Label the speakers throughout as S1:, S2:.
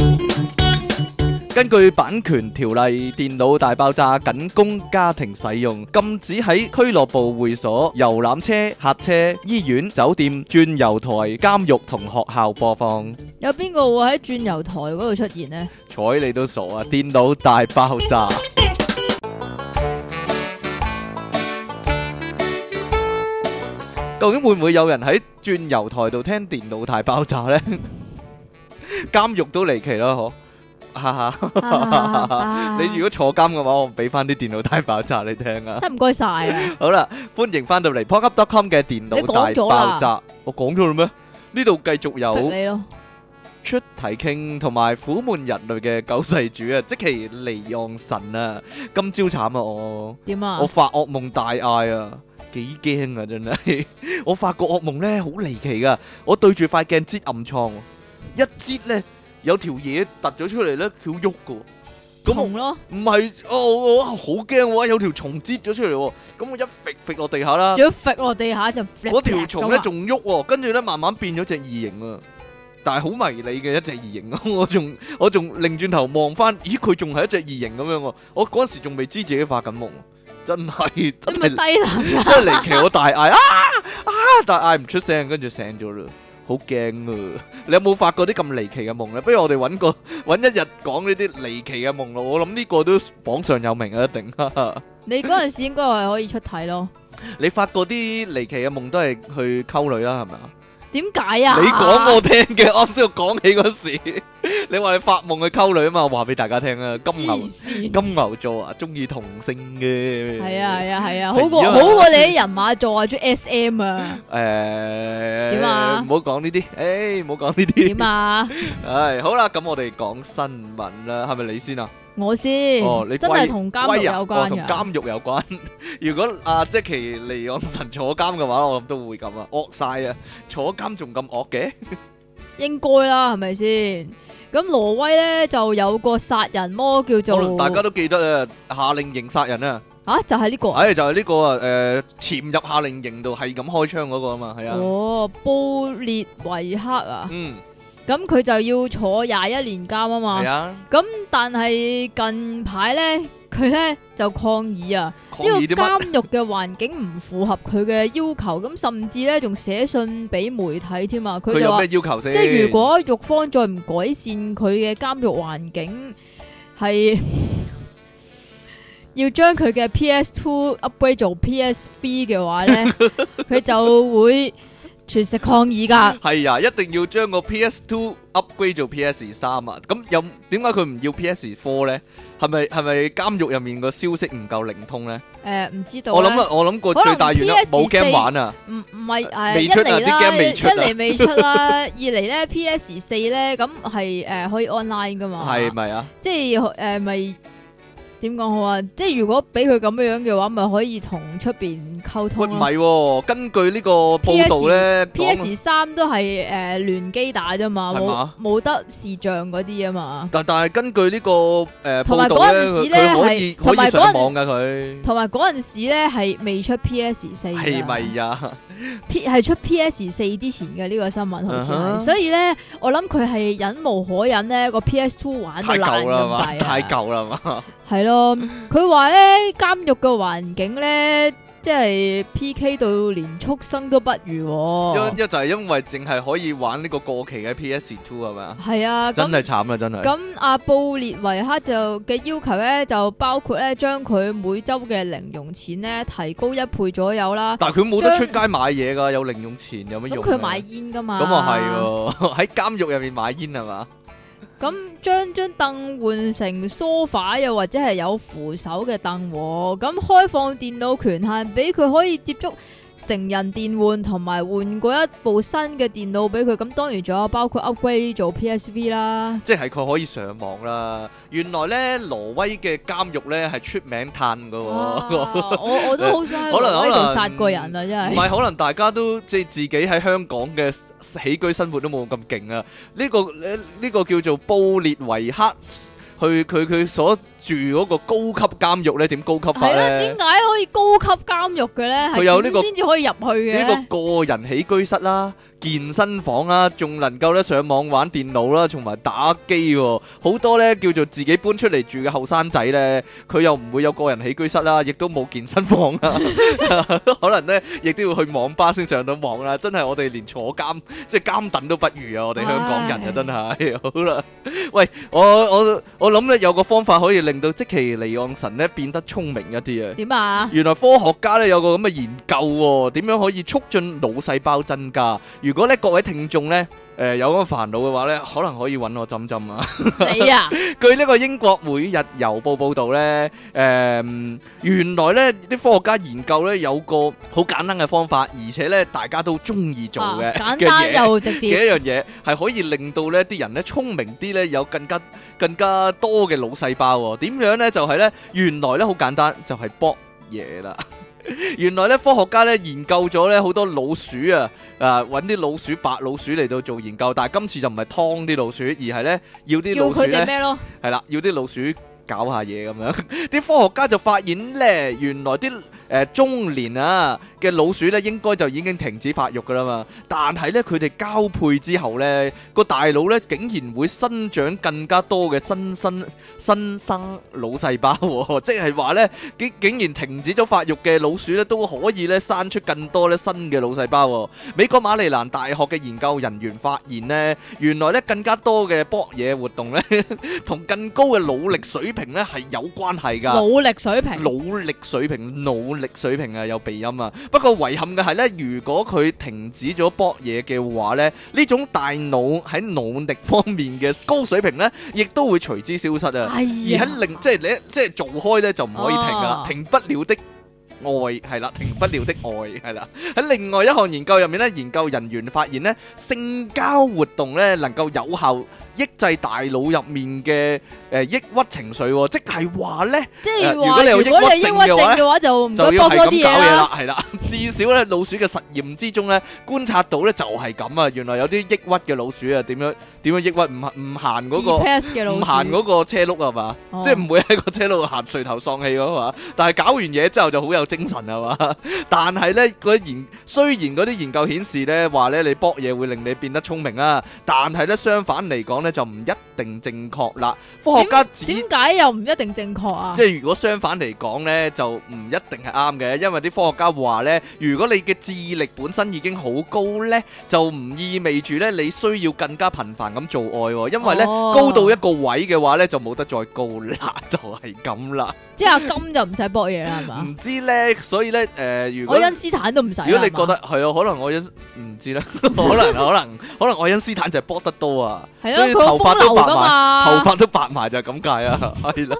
S1: 根據版權條例，電腦大爆炸僅供家庭使用，禁止喺俱樂部、會所、遊覽車、客車、醫院、酒店、轉油台、監獄同學校播放。
S2: 有邊個會喺轉油台嗰度出 現呢？
S1: 睬你都傻啊！電腦大爆炸。究竟會唔會有人喺轉油台度聽電腦大爆炸呢？監獄都離奇啦，嗬！哈哈。你如
S2: 果
S1: 果坐監嘅話，我俾翻啲電腦大爆炸你聽啊！
S2: 真係唔該晒啊！
S1: 好啦，歡迎翻到嚟 p o c u p c o m 嘅電腦
S2: 你講
S1: 大
S2: 咗啦
S1: 爆炸，我講咗啦咩？呢度繼續
S2: 罰
S1: 有
S2: 你咯，
S1: 出題傾同埋苦悶人類嘅救世主啊，即其離岸神啊！今朝慘啊我，
S2: 點
S1: 我
S2: 啊？
S1: 發惡夢大嗌啊！幾驚啊！真係， 我發個惡夢咧，好離奇噶。我對住塊鏡擠暗瘡喎，一擠咧有條嘢突咗出嚟咧，佢喐噶。咁我
S2: 窮咯，
S1: 唔係，我我我好驚喎，有條蟲擠咗出嚟喎，咁我一揈揈落地下啦
S2: 仲，要揈落地下就
S1: 嗰條蟲咧
S2: 咁啊
S1: 仲喐喎，跟住咧慢慢變咗隻異形啊，但係好迷你嘅一隻異形啊， 我仲我仲擰轉頭望翻，咦佢仲係一隻異形咁樣喎，我嗰陣時仲未知自己發緊夢，真係真
S2: 你
S1: 係
S2: 咪 低能啊！
S1: 真係離奇，我大嗌啊啊，但係嗌唔出聲，跟住醒咗啦。好驚啊！ 你有冇發過啲咁離奇嘅夢咧？不如我哋揾個 揾一日講呢啲離奇嘅夢咯。我諗呢個都榜上有名啊，一定。
S2: 你嗰陣時應該係可以出體咯。
S1: 你發過啲離奇嘅夢都係去溝女啦，係咪啊？
S2: 點解啊？
S1: 你講我聽嘅，啱先我講起嗰時， 你話你發夢去溝女啊嘛，話俾大家聽啊，金牛
S2: 黐線，
S1: 金牛座啊，中意同性嘅。
S2: 係啊係 啊係啊，
S1: 係
S2: 好過
S1: 啊
S2: 好過你啲人馬座啊，中意 S M 啊，
S1: 誒，
S2: 點啊
S1: 唔好講呢啲，誒，唔好講呢啲。
S2: 點啊？
S1: 唉，好啦，咁我哋講新聞啦，係咪你先啊？
S2: 我先
S1: 哦你，
S2: 真
S1: 歸
S2: 係同監
S1: 歸
S2: 獄
S1: 啊
S2: 有
S1: 哦
S2: 關
S1: 同
S2: 㗎。
S1: 監獄有關。 如果阿即其離岸神坐監嘅話，我諗都會咁啊，惡晒啊！坐監仲咁惡嘅？
S2: 應該啦，係咪先？咁挪威咧就有個殺人魔叫
S1: 可能
S2: 做
S1: 大家都記得啊，夏令營殺人啊，
S2: 啊，就係呢個
S1: 唉就係呢個啊，誒潛入夏令營度係咁開槍嗰個啊嘛，係啊，
S2: 哦，布列維克啊，
S1: 嗯，
S2: 咁佢就要坐廿一年監啊嘛
S1: 係。啊，
S2: 咁但係近排咧，佢咧就抗議啊，
S1: 抗
S2: 呢個
S1: 議啲乜？
S2: 監獄嘅環境唔符合佢嘅要求，咁甚至咧仲寫信俾媒體添啊，佢
S1: 佢
S2: 就
S1: 有
S2: 話
S1: 咩要求先？
S2: 即係如果獄方再唔改善佢嘅監獄環境，係 要將佢嘅 PS Two upgrade 做 PS Three 嘅話咧， 佢就會絕食抗議 噶。
S1: 係啊，一定要將個 PS2 upgrade 做 PS3 啊！咁有點解佢唔要 PS4 咧？係咪係咪監獄入面個消息唔夠靈通咧？
S2: 誒、唔知道
S1: 我諗
S2: 咧
S1: 啊，我諗個
S2: 可能
S1: 最大原因
S2: PS4
S1: 冇 game 玩啊！
S2: 唔唔係誒，
S1: 未
S2: 一
S1: 出啊
S2: 嚟
S1: 啲
S2: 啦，
S1: game
S2: 一
S1: 未出啊
S2: 嚟未出 啦，二嚟咧 PS 四咧咁係誒可以 online 噶嘛，
S1: 係咪啊？
S2: 即係誒咪點講好啊？即係如果俾佢咁樣樣嘅話，咪可以同出邊溝
S1: 喂，
S2: 通
S1: 唔
S2: 咯。
S1: 係喎，根據呢個報道咧
S2: P.S.
S1: 講，啊
S2: 三都係誒聯機打啫嘛，
S1: 係嘛
S2: 冇冇得視像嗰啲啊嘛。
S1: 但但係根據呢個誒
S2: 同
S1: 報
S2: 埋
S1: 道咧，
S2: 嗰陣
S1: 佢
S2: 時呢
S1: 佢可以
S2: 係同
S1: 可
S2: 埋
S1: 以
S2: 嗰
S1: 上
S2: 陣
S1: 網㗎佢。
S2: 同埋嗰陣時咧係未出 P.S. 四，
S1: 係咪呀？
S2: ？P 係出 P.S. 四之前嘅呢個新聞好
S1: 嗯
S2: 似係，
S1: 哼
S2: 所以咧我諗佢係忍無可忍咧，個 P.S. Two 玩到
S1: 太
S2: 爛
S1: 舊啦
S2: 咁
S1: 嘛，
S2: 滯啊
S1: 太舊啦嘛。
S2: 係咯，佢話咧監獄嘅環境咧，即係 P.K. 到連畜生都不如喎。
S1: 一一就係因為淨係可以玩呢個過期嘅 PS2 係咪啊？
S2: 係啊，
S1: 真
S2: 咁
S1: 係慘啦，真係。
S2: 咁阿布列維克就嘅要求咧，就包括咧將佢每周嘅零用錢咧提高一倍左右啦。
S1: 但係佢冇得出街買嘢㗎，有零用錢有乜
S2: 咁
S1: 用啊？
S2: 佢買煙噶嘛？
S1: 咁啊係喎， 喺監獄入面買煙係嘛？
S2: 咁將張凳換成 sofa，又或者係有扶手嘅凳喎。咁開放電腦權限，俾佢可以接觸成人電玩，同埋換過一部新嘅電腦俾佢。咁當然仲有包括 upgrade 做 PSV 啦。
S1: 即係佢可以上網啦。原來咧，挪威嘅監獄咧係出名嘆㗎
S2: 哇
S1: 喎。
S2: 啊我我都好想喺
S1: 哦可能
S2: 挪威
S1: 可
S2: 度
S1: 能
S2: 殺過人啊！真
S1: 唔
S2: 係
S1: 係，可能大家都即係自己喺香港嘅起居生活都冇咁勁啊！呢、個呢呢、個叫做布列維克去佢佢所住嗰個高級監獄咧，點高級
S2: 系
S1: 法
S2: 啦，
S1: 咧
S2: 點？解可以高級監獄嘅咧？
S1: 佢有呢
S2: 係
S1: 個
S2: 點先至可以入去嘅咧？
S1: 呢個個人起居室啦、健身房啦，仲能夠咧上網玩電腦啦，同埋打機喎。好多咧叫做自己搬出嚟住嘅後生仔咧，佢又唔會有個人起居室啦，亦都冇健身房啦， 可能咧亦都要去網吧先上到網啦。真係我哋連坐監即係監等都不如啊！我哋香港人啊，
S2: 唉
S1: 真係 好啦。喂，我我我諗咧有個方法可以令到即其離岸神咧變得聰明一啲啊！
S2: 點啊？
S1: 原來科學家咧有個咁嘅研究喎、點樣可以促進腦細胞增加？如果咧各位聽眾咧，誒、有咁嘅煩惱嘅話咧，可能可以揾我針針啊！
S2: 你啊，
S1: 據呢個英國每日郵報報導咧，誒、原來咧啲科學家研究咧有個好簡單嘅方法，而且咧大家都中意做嘅
S2: 啊
S1: 嘅
S2: 簡
S1: 嘢
S2: 單又直接，
S1: 嘅一樣嘢，係可以令到呢啲人咧聰明啲咧，有更加更加多嘅腦細胞喎、點樣呢？就係、呢，原來呢好簡單，就係、搏嘢啦。 原來呢科學家呢研究咗呢好多老鼠啊，啊揾啲老鼠白老鼠嚟到做研究，但係今次就唔係劏啲老鼠，而係呢要啲
S2: 叫
S1: 老
S2: 佢
S1: 鼠
S2: 哋
S1: 呢。
S2: 咩咯？
S1: 係啦，要啲老鼠搞下嘢咁樣。 啲科學家就發現咧，原來啲誒、呃中年啊嘅老鼠咧，應該就已經停止發育噶啦嘛。但係咧，佢哋交配之後咧，個大腦咧竟然會生長更加多嘅新生新生腦細胞、喎， 即係話咧，竟竟然停止咗發育嘅老鼠咧，都可以咧生出更多咧新嘅腦細胞、喎。美國馬里蘭大學嘅研究人員發現咧，原來咧更加多嘅搏嘢活動咧。 同更高嘅努力水平咧係有關係㗎。
S2: 努力水平
S1: 努力水平，努力水平啊，有鼻音啊。不過遺憾嘅係呢，如果佢停止咗搏嘢嘅話呢，呢種大腦喺努力方面嘅高水平呢，亦都會隨之消失啊。
S2: 哎
S1: 而
S2: 呀，
S1: 喺令即係你即係做開呢，就唔可以停噶啦，
S2: 哦
S1: 停不了的。愛係啦，停不了的愛係啦。喺另外一項研究入面咧，研究人員發現咧，性交活動咧能夠有效抑制大腦入面嘅誒、呃抑鬱情緒、喎，即係話咧。
S2: 即
S1: 誒
S2: 係
S1: 如果
S2: 話，
S1: 你有
S2: 如果
S1: 抑
S2: 你抑
S1: 鬱
S2: 鬱
S1: 症
S2: 症
S1: 嘅話
S2: 嘅話，就唔
S1: 就
S2: 該
S1: 要
S2: 多
S1: 係
S2: 多
S1: 咁
S2: 啲
S1: 搞
S2: 嘢
S1: 嘢
S2: 啦。
S1: 啦，係啦。 至少咧，老鼠嘅實驗之中咧，觀察到咧就係咁啊。原來有啲抑鬱嘅老鼠啊，點樣點樣抑鬱，唔行唔行嗰、個
S2: Depress 嘅老
S1: 唔行嗰個車轆係嘛，
S2: 哦
S1: 即係唔會喺個車轆度行垂頭喪氣嗰嘛。但係搞完嘢之後就好有精神係嘛。 但係咧，嗰啲研雖然嗰啲研究顯示咧話咧你搏嘢會令你變得聰明啦，但係咧相反嚟講咧就唔一定正確啦。科學家指
S2: 點解又唔一定正確啊？
S1: 即係如果相反嚟講呢，就唔一定係啱嘅，因為啲科學家話呢，如果你嘅智力本身已經好高呢，就唔意味住呢你需要更加頻繁咁做愛喎，因為呢，
S2: 哦
S1: 高到一個位嘅話呢，就冇得再高啦， 就係咁啦。
S2: 即係阿金就唔使搏嘢啦，係嘛？
S1: 唔知呢，所以呢，誒、如果
S2: 啊愛因斯坦都唔使啦。
S1: 如果你
S2: 係嘛
S1: 覺得係啊，可能愛因唔知啦， 可能可能可能愛因斯坦就係搏得多啊，
S2: 係
S1: 所以
S2: 咯，佢好
S1: 頭髮
S2: 風
S1: 都
S2: 流
S1: 白
S2: 噶
S1: 埋，
S2: 嘛，
S1: 頭髮都白埋就係咁解啊，係啦，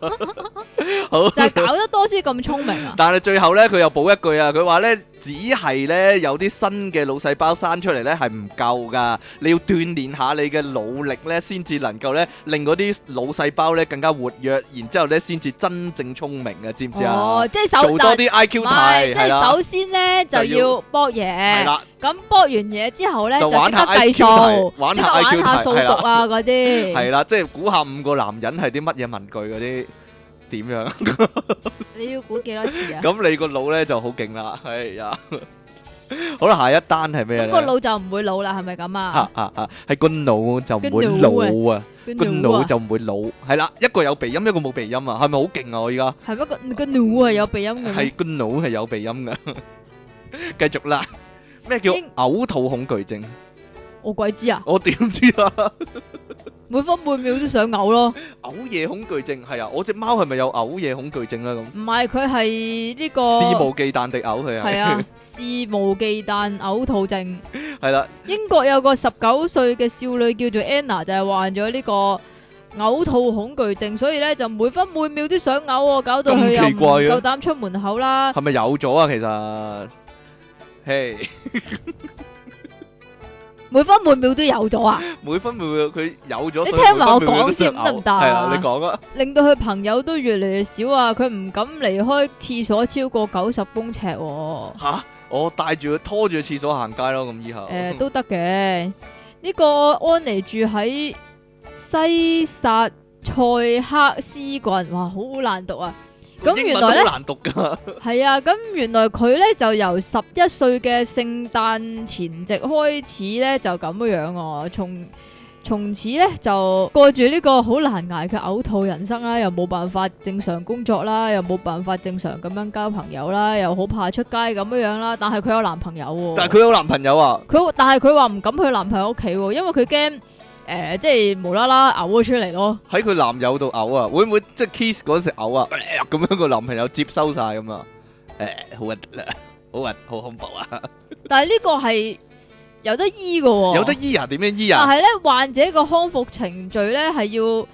S1: 好。
S2: 就係搞得多先咁聰明啊！
S1: 但係最後咧，佢又補一句啊，佢話咧，只係咧有啲新嘅腦細胞生出嚟咧係唔夠㗎，你要鍛鍊下你嘅努力咧，先至能夠咧令嗰啲腦細胞咧更加活躍，然之後咧先至真正聰明嘅，知唔知啊
S2: 哦，？即係
S1: 做多
S2: 首但
S1: 啲 I Q
S2: 唔
S1: 題
S2: 係，即
S1: 係
S2: 係
S1: 啦，
S2: 首先咧就
S1: 就要
S2: 要搏
S1: 係
S2: 嘢，
S1: 啦，
S2: 咁搏完嘢之後咧
S1: 就
S2: 就即
S1: 玩下
S2: 刻
S1: IQ
S2: 計
S1: 題
S2: 數，
S1: 玩
S2: 即
S1: 下
S2: 刻
S1: IQ
S2: 玩下
S1: 題
S2: 數
S1: 係啦
S2: 獨啊
S1: 係
S2: 嗰啲，
S1: 啦，即係估下五個男人係啲乜嘢文具嗰啲點 樣？
S2: 你要估幾多次啊？
S1: 咁你個腦咧就好勁啦，係啊！好啦，下一單係咩
S2: 咁
S1: 咧？
S2: 個腦就唔會老啦，係咪咁啊？
S1: 啊啊啊，係個腦就唔會
S2: 個
S1: 老
S2: 腦
S1: 啊！
S2: 個
S1: 個
S2: 腦
S1: 腦
S2: 啊，
S1: 就唔會老，係啦，一個有鼻音，一個冇鼻音啊，係咪好勁啊？我而家
S2: 係不過個腦啊有鼻音嘅咩
S1: 係，個腦係有鼻音 噶，繼續啦。咩叫
S2: 應
S1: 嘔吐恐懼症？
S2: 我鬼知啊！
S1: 我點 知啊？
S2: 每分每秒都想嘔咯，
S1: 嘔嘢恐懼症係啊，我只貓係咪有嘔嘢恐懼症啦？咁
S2: 唔係佢係呢個
S1: 肆無忌憚地嘔佢
S2: 係 啊，肆無忌憚嘔吐症。
S1: 係啦，
S2: 英國有個十九歲嘅少女叫做 Anna，就係患咗呢個嘔吐恐懼症，所以咧就每分每秒都想嘔喎，搞到佢又
S1: 咁奇怪嘅
S2: 唔夠膽出門口啦。
S1: 係咪有咗啊？其 實，嘿，
S2: 每分每秒都有咗啊，
S1: 每分每秒佢有咗，
S2: 你
S1: 所以
S2: 聽埋
S1: 每
S2: 我
S1: 分每秒都
S2: 講先
S1: 想嘔
S2: 得唔得啊
S1: 係啊，你講啊，
S2: 令到佢朋友都越嚟越少啊，佢唔敢離開廁所超過九十公尺、喎。
S1: 吓，我帶住佢拖住佢廁所行街咯，咁以後
S2: 诶、都得嘅。呢、個安妮住喺西薩塞克斯郡，哇，好難讀啊！咁
S1: 英文
S2: 原來呢
S1: 都難讀㗎，
S2: 係啊，咁原來佢咧就由十一歲嘅聖誕前夕開始咧就咁樣哦、從從此咧就過住呢個好難捱嘅嘔吐人生啦，又冇辦法正常工作啦，又冇辦法正常咁樣交朋友啦，又好怕出街咁樣樣啦，但係佢有男朋友喎、
S1: 但係佢有男朋友啊，
S2: 佢但係佢話唔敢去男朋友屋企喎，因為佢驚誒即係無啦啦嘔咗出嚟咯。
S1: 喺佢男友度嘔啊，會唔會即係 kiss 嗰陣時嘔啊？咁樣個男朋友接收晒咁啊？誒，好核突啊，好核好恐怖啊！
S2: 但係呢個係有得醫嘅喎，
S1: 有得醫啊？點樣醫
S2: 但
S1: 啊？
S2: 係咧，患者個康復程序咧係要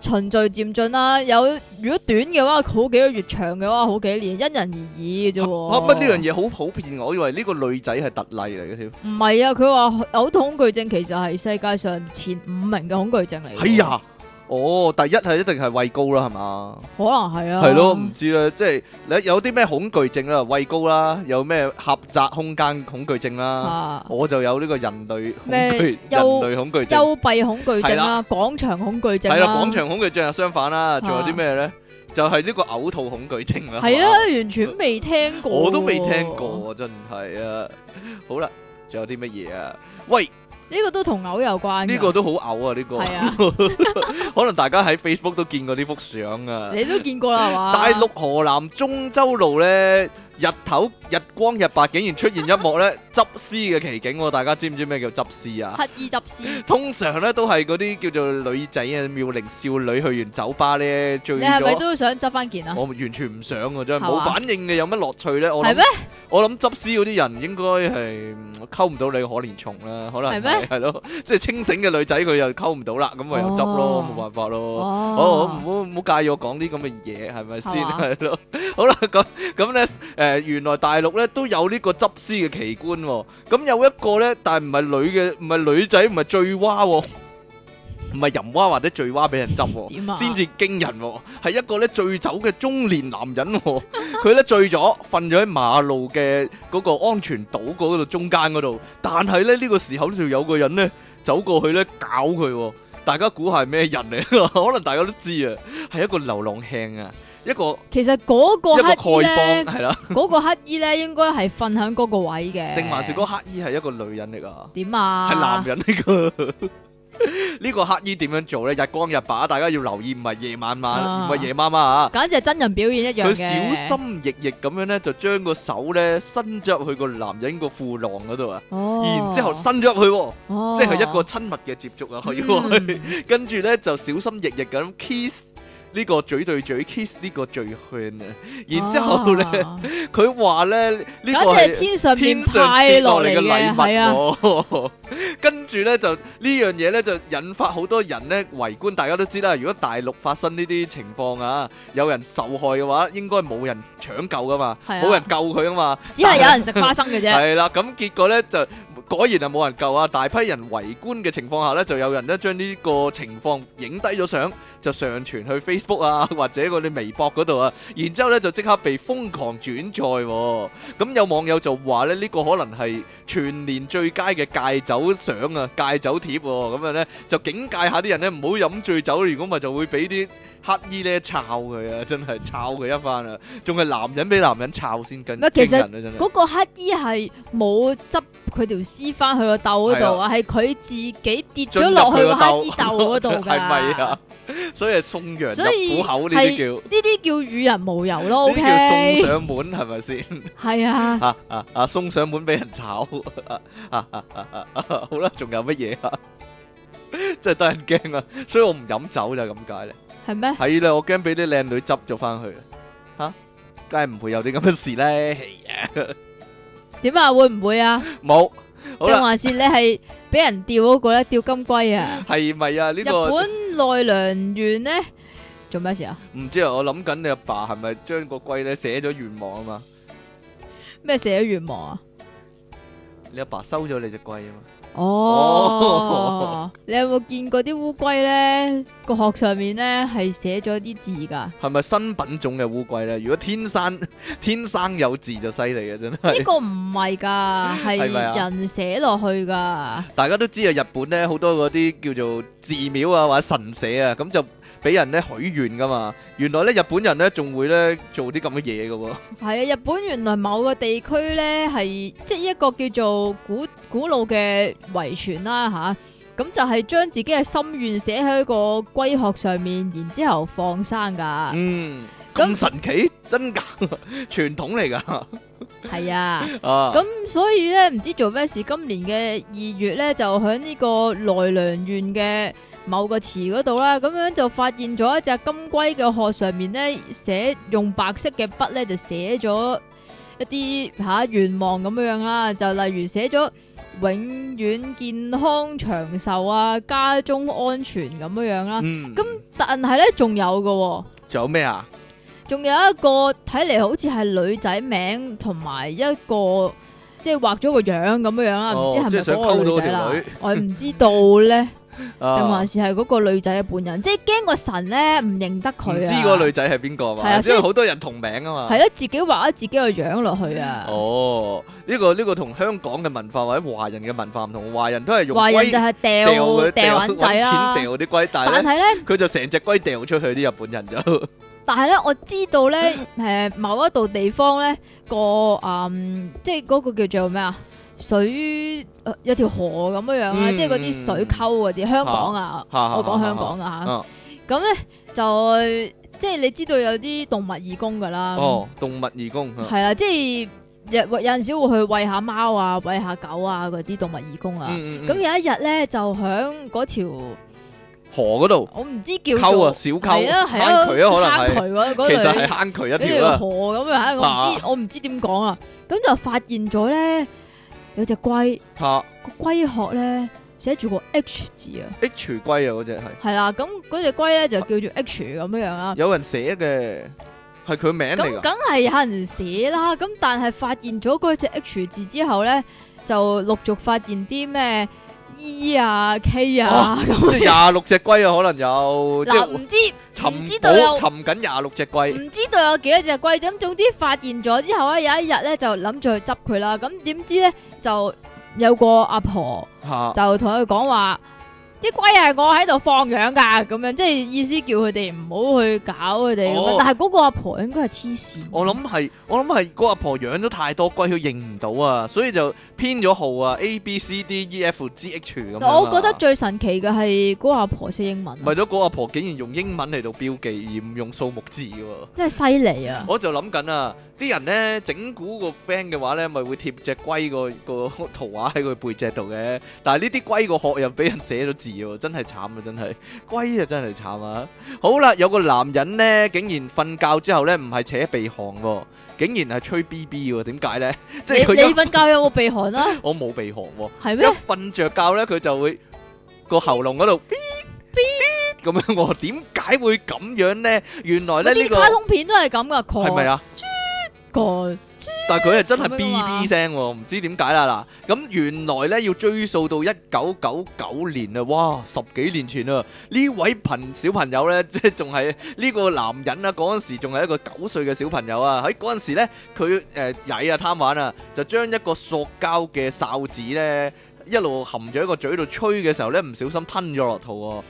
S2: 循序漸進啦。有如果短嘅話，好幾個月；長嘅話，好幾年，因人而異嘅啫
S1: 嚇乜
S2: 喎。
S1: 呢樣嘢好普遍？我以為呢個女仔係特例嚟嘅添。
S2: 唔係啊，佢話嘔吐恐懼症其實係世界上前五名嘅恐懼症嚟。
S1: 係，啊，哦，第一係一定係畏高啦，係嘛？
S2: 可能係啊。
S1: 係咯，唔知啦，即係你有啲咩恐懼症啦，畏高啦，有咩狹窄空間恐懼症啦，
S2: 啊，
S1: 我就有呢個人類恐
S2: 咩
S1: 懼人
S2: 幽
S1: 類恐懼症，
S2: 幽閉恐懼症啦，廣場恐懼症啊
S1: 係
S2: 啦，
S1: 啦，廣場恐懼症又相反啦，
S2: 啊
S1: 仲有啲咩咧？就係呢個嘔吐恐懼症啦，
S2: 係
S1: 係嘛
S2: 啊，完全未聽過，
S1: 我都未聽。過，真係啊！好啦，仲有啲乜嘢啊？喂，
S2: 呢個都同嘔有關㗎。
S1: 呢個都好嘔啊！呢
S2: 哎係
S1: 個
S2: 啊，
S1: 可能大家喺 Facebook 都見過呢幅相啊。
S2: 你都見過啦係嘛？
S1: 大陸河南中州路咧，日頭日光日白，竟然出現一幕咧執屍嘅奇景喎！大家知唔知咩叫執屍啊？
S2: 乞衣執 屍。
S1: 通常咧都係嗰啲叫做女仔啊，妙齡少女去完酒吧咧醉
S2: 你係咪
S1: 咗。
S2: 都想執翻件啊？
S1: 我完全唔想啊，真係
S2: 係
S1: 冇
S2: 嘛
S1: 反應嘅，有乜樂趣咧？我
S2: 係
S1: 諗
S2: 咩？
S1: 我諗執屍嗰啲人應該係嗯溝唔到你可憐蟲啦，可能
S2: 係
S1: 係
S2: 咩
S1: 係咯，即係清醒嘅女仔佢又溝唔到啦，咁咪又執咯
S2: 哦，
S1: 冇辦法咯。好好唔
S2: 哦，
S1: 好唔好介意我講啲咁嘅嘢，係咪先
S2: 係嘛
S1: 係咯？好啦，咁咁咧，誒、原來大陸咧都有呢個執屍嘅奇觀喎、咁有一個咧，但係唔係女嘅，唔係女仔，唔係醉蛙喎、 唔係淫蛙或者醉蛙俾人執
S2: 點
S1: 喎、
S2: 啊
S1: 先至驚人喎、係一個咧醉酒嘅中年男人喎、 佢咧醉咗，瞓咗喺馬路嘅嗰個安全島嗰度中間嗰度，但係咧呢、呢個時候就有個人咧走過去咧搞佢、喎。大家估係咩人嚟？ 可能大家都知啊，係一個流浪輕啊，一個
S2: 其實嗰個
S1: 一個
S2: 乞衣
S1: 丐
S2: 咧，
S1: 幫係啦，
S2: 嗰個乞衣咧應該係瞓喺嗰個位嘅。
S1: 定還是嗰個乞衣係一個女人嚟㗎？
S2: 點啊？
S1: 係男人嚟㗎。 呢個乞衣點樣做咧？日光日白，大家要留意，唔係夜晚晚，
S2: 啊
S1: 唔係夜媽媽啊！
S2: 簡直係真人表演一樣
S1: 佢
S2: 嘅。
S1: 小心翼翼咁樣咧，就將個手咧伸咗入去個男人個褲浪嗰度啊，
S2: 哦，
S1: 然之後伸咗入去喎，
S2: 哦，
S1: 即係一個親密嘅接觸啊，可以話係。
S2: 嗯
S1: 跟住咧就小心翼翼咁 kiss 呢個嘴對嘴 kiss 呢個罪向啊，然之後咧，
S2: 啊
S1: 佢話咧呢個
S2: 簡直係
S1: 係
S2: 天上面
S1: 天上跌
S2: 派
S1: 落
S2: 落
S1: 嚟
S2: 嚟
S1: 嘅
S2: 嘅，係
S1: 禮
S2: 啊，
S1: 物喎， 跟住咧就呢樣嘢咧就引發好多人咧圍觀，大家都知啦。如果大陸發生呢啲情況啊，有人受害嘅話，應該冇人搶救噶嘛，
S2: 係啊
S1: 冇人救佢噶嘛。
S2: 只係有人食花生嘅 啫。
S1: 係啦，啊咁結果咧就果然係冇人救啊！大批人圍觀嘅情況下咧，就有人咧將呢個情況影低咗相，就上傳去 Facebook 啊， 或者嗰啲微博嗰度啊，然之後咧就即刻被瘋狂轉載喎。咁有網友就話咧，呢、個可能係全年最佳嘅戒酒相啊，戒酒貼喎、咁樣咧就警戒下啲人咧唔好飲醉酒，如果咪就會俾啲乞衣咧抄佢啊，真係抄佢一番啊！仲係男人俾男人抄先跟，
S2: 唔係其實
S1: 驚人啊真係
S2: 嗰個乞衣係冇執佢條絲翻去個竇嗰度啊，係佢自己跌咗落去個乞衣竇嗰度㗎。
S1: 係咪啊？所以係送羊
S2: 所
S1: 入
S2: 以
S1: 虎口呢啲叫。
S2: 呢啲叫與人無尤咯
S1: 呢啲叫送
S2: ，OK？
S1: 上門係咪先？
S2: 係啊，
S1: 啊啊啊！送上門俾人炒 啊啊啊啊啊啊！好啦，仲有乜嘢啊？ 真係得人驚啊！所以我唔飲酒就係咁解咧。
S2: 係咩？
S1: 係啦，我驚俾啲靚女執咗翻去啊！吓，梗係唔會有啲咁嘅事咧。係啊
S2: 點啊？會唔會啊？
S1: 冇好
S2: 定
S1: 啦，
S2: 還是你係俾人釣嗰個咧？釣金龜啊？
S1: 係咪啊？呢
S2: 日
S1: 個
S2: 本奈良縣咧做咩事啊？
S1: 唔知啊！我諗緊你阿爸係咪將個龜咧寫咗願望啊嘛？
S2: 咩寫咗願望啊？
S1: 你阿爸收咗你只龜啊嘛？
S2: 哦，你有冇見過啲烏龜咧？個殼上面咧係寫咗啲字㗎。
S1: 系咪新品種嘅烏龜咧？如果天生 天生有字就犀利嘅，啊真
S2: 呢
S1: 係。
S2: 個唔係㗎，
S1: 係咪啊
S2: 係人寫落去㗎。
S1: 大家都知啊，日本咧好多嗰啲叫做寺廟啊或者神社啊，咁就俾人咧許願噶嘛。原來咧日本人咧仲會咧做啲咁嘅嘢嘅喎。
S2: 係啊，日本原來某個地區咧係即係一個叫做古古老嘅遺傳啦吓，咁、就係將自己嘅心願寫喺個龜殼上面，然之後放生㗎。
S1: 嗯，咁
S2: 咁
S1: 神奇，真㗎， 傳統嚟㗎。
S2: 係啊。
S1: 啊，
S2: 咁所以咧，唔知做咩事，今年嘅二月咧，就喺呢個奈良縣嘅某個池嗰度啦，咁樣就發現咗一隻金龜嘅殼上面咧，寫用白色嘅筆咧就寫咗一啲吓願望咁樣樣啦，就例如寫咗永遠健康長壽啊，家中安全咁樣樣啦。
S1: 嗯，
S2: 啊咁但係咧，仲有嘅、喎。
S1: 仲有咩啊？
S2: 仲有一個睇嚟好似係女仔名，同埋一個即係畫咗個樣咁樣樣啦，唔、
S1: 哦
S2: 知係
S1: 即
S2: 咪
S1: 係想
S2: 嗰個
S1: 溝
S2: 女
S1: 到
S2: 仔啦
S1: 條女？
S2: 我唔知道咧，定
S1: 啊
S2: 還是係嗰個女仔嘅本人，即係驚個神咧唔認得佢
S1: 唔
S2: 啊！
S1: 知個女仔係邊個嘛？
S2: 係啊
S1: 因
S2: 所
S1: 為
S2: 以
S1: 好多人同名啊嘛。
S2: 係咯，自己畫咗自己個樣落去啊！
S1: 哦，呢、個呢、個同香港嘅文化或者華人嘅文化唔同，華人都係用
S2: 華人就
S1: 龜
S2: 係
S1: 佢
S2: 掉掉銀
S1: 銀
S2: 仔啦，
S1: 掉啲龜，但係
S2: 但
S1: 咧
S2: 係咧，
S1: 佢就成隻龜掉出去，啲日本人就
S2: 但係咧，我知 道咧，誒某一度地方咧個嗯，即係嗰個叫做咩啊？水呃有條河咁樣樣啦，
S1: 嗯
S2: 即係嗰啲水溝嗰啲，香港啊，我
S1: 我
S2: 講香港啊
S1: 啊
S2: 嚇，咁咧就即係你知道有啲動物義工噶啦，
S1: 哦，動物義工啊
S2: 係啦，即係有有陣時會去喂下貓啊、喂下狗啊嗰啲動物義工啊。
S1: 嗯嗯嗯
S2: 咁有一日咧就響嗰條
S1: 河嗰度
S2: 我唔知叫
S1: 溝啊，
S2: 做
S1: 小溝
S2: 係啊係
S1: 坑渠啊，
S2: 啊，
S1: 可能係
S2: 坑渠嗰嗰
S1: 其實係
S2: 類
S1: 坑渠一
S2: 嗰
S1: 條
S2: 條
S1: 啦，
S2: 河咁樣，我唔
S1: 啊
S2: 知我唔知點講啊。咁就發現咗咧有隻龜，
S1: 嚇
S2: 個龜殼咧寫住個 H 字啊。
S1: H 龜啊嗰只係
S2: 系啦，咁嗰只龜咧就叫做 H 咁樣样啦。
S1: 有人寫嘅，係佢名嚟
S2: 咁
S1: 㗎，
S2: 梗係有人寫啦，咁但係發現咗嗰只 H 字之後咧，就陸續發現啲咩 E 啊、K
S1: 哦
S2: 啊咁。
S1: 即係廿六隻龜啊，可能有即
S2: 嗱，唔
S1: 係
S2: 知唔
S1: 尋
S2: 知道有
S1: 寶尋緊廿六隻龜。
S2: 唔知道有幾多隻龜，咁總之發現咗之後咧，啊有一日咧就諗住去執佢啦。咁點知咧就有個阿婆
S1: 吓
S2: 就同佢講話。啲龜係我喺度放養㗎，咁樣即係意思叫佢哋唔好去搞佢哋咁樣。
S1: 哦
S2: 但係嗰個阿婆應該係黐線。
S1: 我諗係，我諗係個阿婆養咗太多龜，佢認唔到啊，所以就編咗號啊，A B C D E F G H 咁樣啊。
S2: 我覺得最神奇嘅係嗰個阿婆識英文啊，
S1: 為咗個阿婆竟然用英文嚟到標記，而唔用數目字喎。
S2: 真係犀 利啊！
S1: 我就諗緊啊，啲人咧整蠱個 friend 嘅話咧，咪會貼只龜個個圖畫喺佢背脊度嘅。但係呢啲龜個殼又俾人寫咗字喎，真係慘啊！真係龜啊，真係慘啊！好啦，有個男人咧，竟然瞓覺之後咧，唔係扯鼻鼾喎，竟然係吹 B B 喎，點解咧？ 即
S2: 你
S1: 係
S2: 你
S1: 佢一
S2: 瞓覺有冇鼻鼾啊？
S1: 我冇鼻鼾喎。
S2: 係
S1: 一
S2: 咩？
S1: 瞓着覺咧，佢就會個喉嚨嗰度咇咇咁樣喎。點解會咁樣咧？原來
S2: 嗰
S1: 咧呢
S2: 啲
S1: 個
S2: 卡通片都係咁噶，
S1: 係咪
S2: 蓋
S1: 啊？
S2: 蓋
S1: 但係佢係真係
S2: 咁樣
S1: B
S2: 㗎嘛
S1: B 聲喎，唔知點解啦嗱。咁原來咧要追溯到一九九九年啊，哇，十幾年前啊，呢位朋小朋友 咧，即係仲係呢個男人啊，嗰陣時仲係一個九歲嘅小朋友啊。喺嗰陣時咧，佢誒曳啊貪玩啊，就將一個塑膠嘅哨子咧。一路含咗喺個嘴度吹嘅時候咧，唔小心吞咗落肚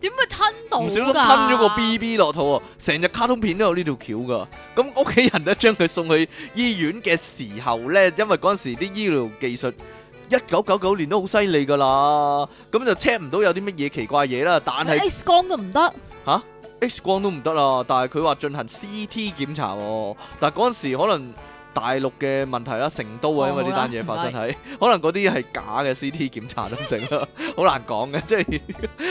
S2: 點會吞
S1: 喎，
S2: 到
S1: 唔
S2: 㗎？
S1: 小心吞咗個 B B 落肚喎，成隻卡通片都有呢條橋噶。咁屋企人咧將佢送去醫院嘅時候咧，因為嗰陣時啲醫療技術一九九九年都好犀利噶啦，咁就 check 唔到有啲乜嘢奇怪嘢啦。但係
S2: X 光都唔得，
S1: X 光都唔得啦，但係佢話進行 CT 檢查喎。但係嗰陣時可能大陸嘅問題啦，成都啊，
S2: 哦
S1: 因為呢單嘢發生喺，可能嗰啲係假嘅 CT 檢查都唔定啦，好難講嘅，即係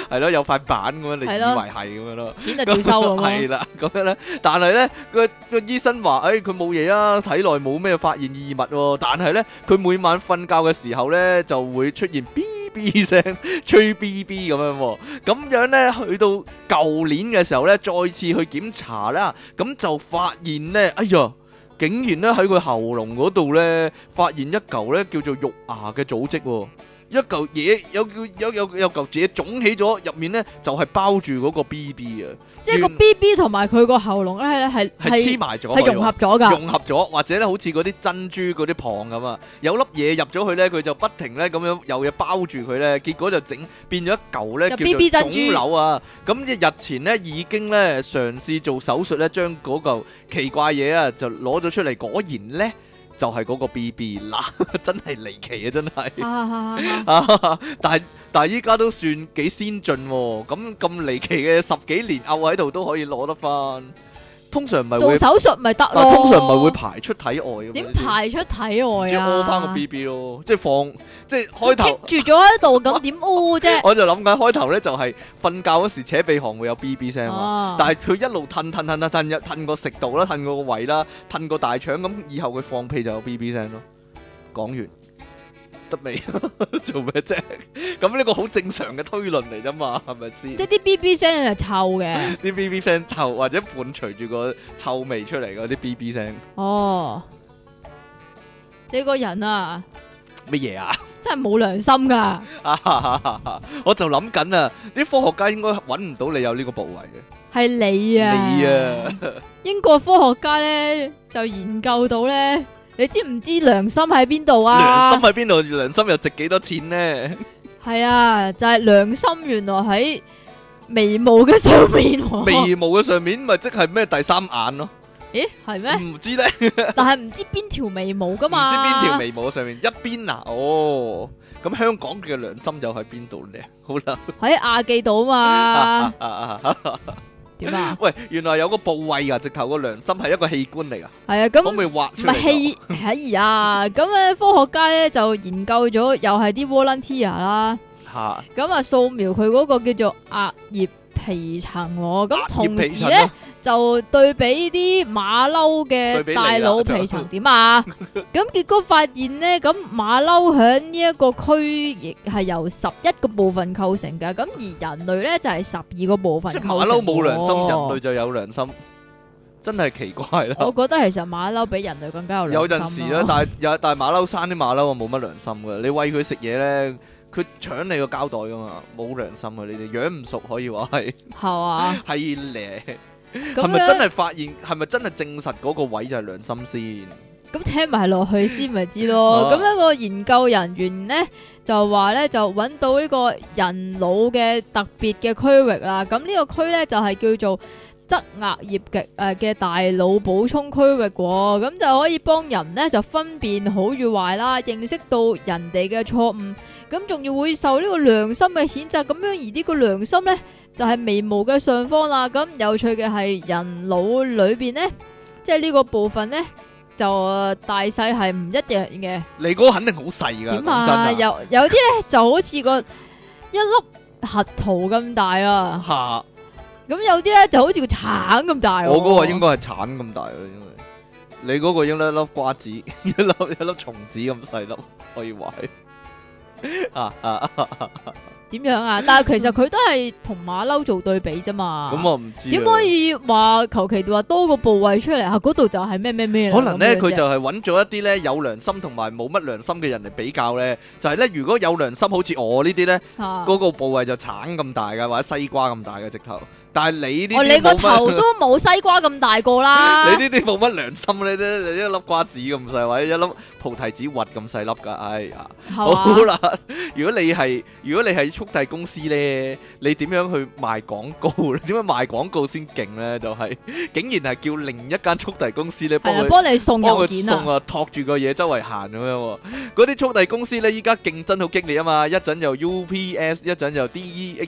S1: 係咯，有塊板咁樣，你以為
S2: 係咯
S1: 係咁樣咯。
S2: 錢就照 收 咁
S1: 係
S2: 咯。
S1: 啦，咁樣咧，但係咧，個個醫生話：，誒、佢冇嘢啊，體內冇咩發現異物喎、但係咧，佢每晚瞓覺嘅時候咧，就會出現 B B 聲，吹 B B 咁樣喎、咁樣咧，去到舊年嘅時候咧，再次去檢查啦，咁就發現咧，哎呀！竟然咧喺佢喉嚨嗰度咧，發現一嚿咧叫做肉芽嘅組織喎、一嚿嘢有叫有有有嚿嘢腫起咗，入面咧就係包住嗰個 B B 啊，
S2: 即係個
S1: 原
S2: B B 同埋佢個喉嚨咧係
S1: 係黐
S2: 係
S1: 埋咗，
S2: 係融合咗㗎。
S1: 融合咗，或者咧好似嗰啲珍珠嗰啲蚌咁啊，有粒嘢入咗去咧，佢就不停咧咁樣有嘢包住佢咧，結果就整變咗一嚿咧
S2: 就
S1: 叫
S2: BB
S1: 做
S2: 珍珠
S1: 腫瘤啊！咁即係日前咧已經咧嘗試做手術咧，將嗰嚿奇怪嘢啊就攞咗出嚟，果然咧就係、嗰個 BB 啦， 真係離奇啊！真係。
S2: 哈哈哈哈
S1: 啊！但係但係依家都算幾先進喎，咁咁離奇嘅十幾年漚喺度都可以攞得翻，通常唔係
S2: 做
S1: 會，
S2: 手術咪得
S1: 但
S2: 咯？
S1: 係通常唔係會排出體外嘅咩，
S2: 點排出
S1: 呢
S2: 體
S1: 啲？
S2: 外
S1: 即係
S2: 啊？
S1: 屙翻個 B B 咯，即係放即係開頭，
S2: 棘住咗喺度，咁點屙啫？
S1: 我就諗緊開頭咧就係瞓覺嗰時扯鼻鼾會有 B B 聲嘛。
S2: 啊
S1: 但係佢一路褪褪褪褪褪，褪個食道啦，褪個胃啦，褪個大腸，咁以後佢放屁就有 B B 聲咯。講完得未？ 做咩啫？咁呢個好正常嘅推論嚟啫嘛，係咪先？
S2: 即係啲 B B 聲係臭 嘅，
S1: 啲 B B 聲臭或者伴隨住個臭味出嚟嗰啲 B B 聲，
S2: 哦，你個人啊，
S1: 乜嘢啊？
S2: 真係冇良心噶，
S1: 我就諗緊啊，啲科學家應該揾唔到你有呢個部位嘅。
S2: 係你啊，
S1: 你啊，
S2: 英國科學家咧就研究到咧，你知唔知良心喺邊度
S1: 良心
S2: 啊？
S1: 喺邊度？良心又值幾多錢 呢？
S2: 係啊，就係良心原來喺眉毛嘅上面喎。
S1: 眉毛嘅上面咪即係咩第三眼咯？
S2: 咦係咩？啊
S1: 唔知呢。
S2: 但係唔知邊條眉毛噶
S1: 唔知邊
S2: 嘛？
S1: 條眉毛上面一邊啊，哦，咁香港嘅良心又喺邊度呢？ 好啦，
S2: 喺亞記島
S1: 啊
S2: 嘛？啊點啊？
S1: 喂，原來有個部位啊，直頭個良心係一個器官嚟噶，
S2: 係啊，
S1: 可唔
S2: 咁
S1: 可以畫
S2: 唔
S1: 出嚟
S2: 係
S1: 㗎？
S2: 氣係啊！咁咧科學家咧就研究咗，又係啲 volunteer 啦，
S1: 吓，
S2: 咁啊掃描佢嗰個叫做額葉皮層喎，咁同時咧就對比啲馬騮
S1: 對比你
S2: 嘅
S1: 啦
S2: 大腦皮層點啊？ 咁結果發現咧，咁馬騮喺呢一個區亦係由十一個部分構成嘅，咁而人類咧就係十二個部分
S1: 即係馬
S2: 構成
S1: 騮冇良心，
S2: 喎
S1: 人類就有良心，真係奇怪啦
S2: 我。覺得其實馬騮比人類更加有啊
S1: 有
S2: 陣
S1: 陣時咧，但係有但係馬騮生啲馬騮啊冇乜良心嘅，你餵佢食嘢咧，佢搶你個膠袋噶嘛，冇良心啊！呢啲養唔熟可以話係
S2: 係嘛？
S1: 係咧，
S2: 咁
S1: 係咪
S2: 樣
S1: 真係發現？係咪真係證實嗰個位就係良心先？
S2: 咁聽埋落去先咪知咯。
S1: 啊
S2: 咁一個研究人員咧就話咧就揾到呢個人腦嘅特別嘅區域啦。咁呢個區咧就係、叫做側額葉嘅誒嘅大腦補充區域喎。咁就可以幫人咧就分辨好與壞啦，認識到人哋嘅錯誤。咁仲要會受呢個良心嘅譴責，咁樣而呢個良心咧就係、眉毛嘅上方啦。咁有趣嘅係人腦裏邊咧，即係呢個部分咧。就呃大細係唔一樣嘅。
S1: 你嗰個肯定好細噶，
S2: 點
S1: 講真
S2: 啊？
S1: 啊，
S2: 有有啲咧就好似個一粒核桃咁大啊，
S1: 嚇！
S2: 咁有啲咧就好似個橙咁大喎。
S1: 我嗰個應該係橙咁大咯，應該。你嗰個應該一粒瓜子， 一粒一粒松子咁細粒，可以話係。啊啊！
S2: 點樣啊？但係其實佢都係同馬騮做對比啫嘛。
S1: 咁我唔知啊。
S2: 點可以話求其話多個部位出嚟啊？嗰度就係咩咩咩啦
S1: 可能咧，
S2: 咁樣啫
S1: 佢就係揾咗一啲咧有良心同埋冇乜良心嘅人嚟比較咧，就係咧，如果有良心，好似我呢啲咧，
S2: 啊
S1: 嗰個部位就橙咁大嘅，或者西瓜咁大嘅直頭。但係你呢
S2: 哦，你
S1: 啲
S2: 個
S1: 冇乜
S2: 頭都冇西瓜咁大個啦。
S1: 你呢啲冇乜良心，你呢你一粒瓜子咁細，或者一粒菩提子核咁細粒㗎，哎呀！
S2: 係嘛
S1: 好啦，如果你係如果你係速遞公司咧，你點樣去賣廣告咧？ 點樣賣廣告先勁咧？就係、竟然係叫另一間速遞公司咧幫
S2: 係啊，
S1: 佢
S2: 幫你送
S1: 幫
S2: 郵
S1: 佢
S2: 件
S1: 送
S2: 啊，
S1: 啊，托住個嘢周圍行咁樣喎。嗰啲速遞公司咧，依家競爭好激烈啊嘛，一陣又 UPS，一陣又 E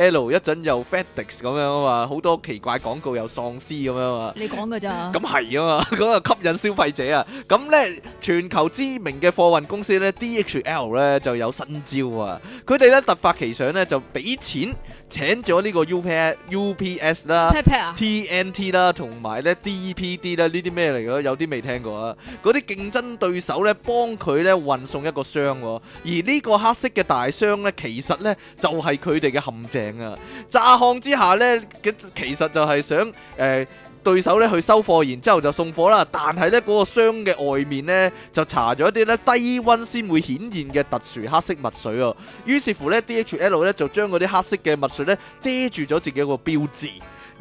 S1: DEHL，一陣又 FedEx 咁樣啊嘛，好多奇怪廣告又喪屍咁樣啊嘛。
S2: 你講㗎咋？
S1: 咁係啊嘛， 嗰個吸引消費者啊，咁咧全球知名嘅貨運公司咧 DHL 咧就有新招啊，佢哋咧突發奇想咧就俾錢請咗呢個 UPS UPS 啦。
S2: pat pat 啊？
S1: TNT 啦，同埋咧 DPD 啦，呢啲咩嚟嘅？有啲未聽過啊！嗰啲競爭對手咧，幫佢咧運送一個箱喎，而呢個黑色嘅大箱咧，其實咧就係佢哋嘅陷阱啊！乍看之下咧，嘅其實就係想誒。呃對手咧去收貨，然之後就送貨啦。但係咧嗰個箱嘅外面咧就搽咗一啲咧低温先會顯現嘅特殊黑色墨水啊。於是乎咧，DHL 咧就將嗰啲黑色嘅墨水咧遮住咗自己個標誌。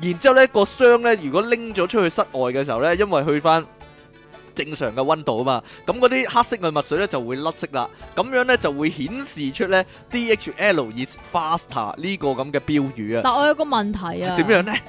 S1: 然之後咧個箱咧，如果拎咗出去室外嘅時候咧，因為去翻正常嘅温度啊嘛，咁嗰啲黑色嘅墨水咧就會甩色啦。咁樣咧就會顯示出咧 DHL is faster 呢個咁嘅標語啊。
S2: 但我有個問題啊，
S1: 點樣咧？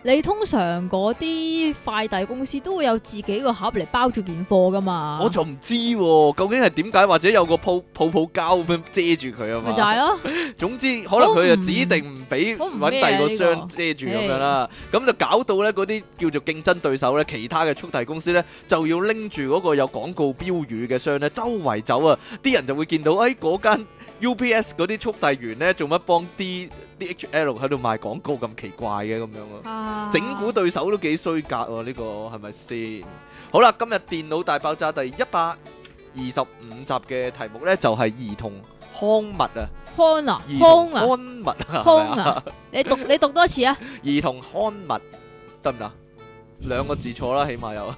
S2: 你通常嗰啲快遞公司都會有自己個盒嚟包住件貨噶嘛？
S1: 我就唔知喎、究竟係點解，或者有個泡泡泡膠咁樣遮住佢啊
S2: 咪就係
S1: 嘛。
S2: 咯，
S1: 總之可能佢就
S2: 好唔
S1: 指定唔俾
S2: 好唔
S1: 揾第二個
S2: 咩啊
S1: 箱
S2: 呢個
S1: 遮住咁樣啦，咁就搞到咧嗰啲叫做競爭對手咧，其他嘅速遞公司咧就要拎住嗰個有廣告標語嘅箱咧周圍走啊，啲人就會見到誒嗰間 UPS 嗰啲速遞員咧做乜幫 D DHL 喺度賣廣告咁奇怪嘅咁樣啊。
S2: 啊
S1: 整蠱對手都幾衰格喎，呢個係咪先？好啦，今日電腦大爆炸第一百二十五集嘅題目呢，就係、兒童康物啊，
S2: 康啊
S1: 兒
S2: 康
S1: 童
S2: 啊
S1: 刊物啊，
S2: 康
S1: 係咪
S2: 啊，你讀你讀多次啊，
S1: 兒童刊物得唔得？兩個字錯啦，起碼有。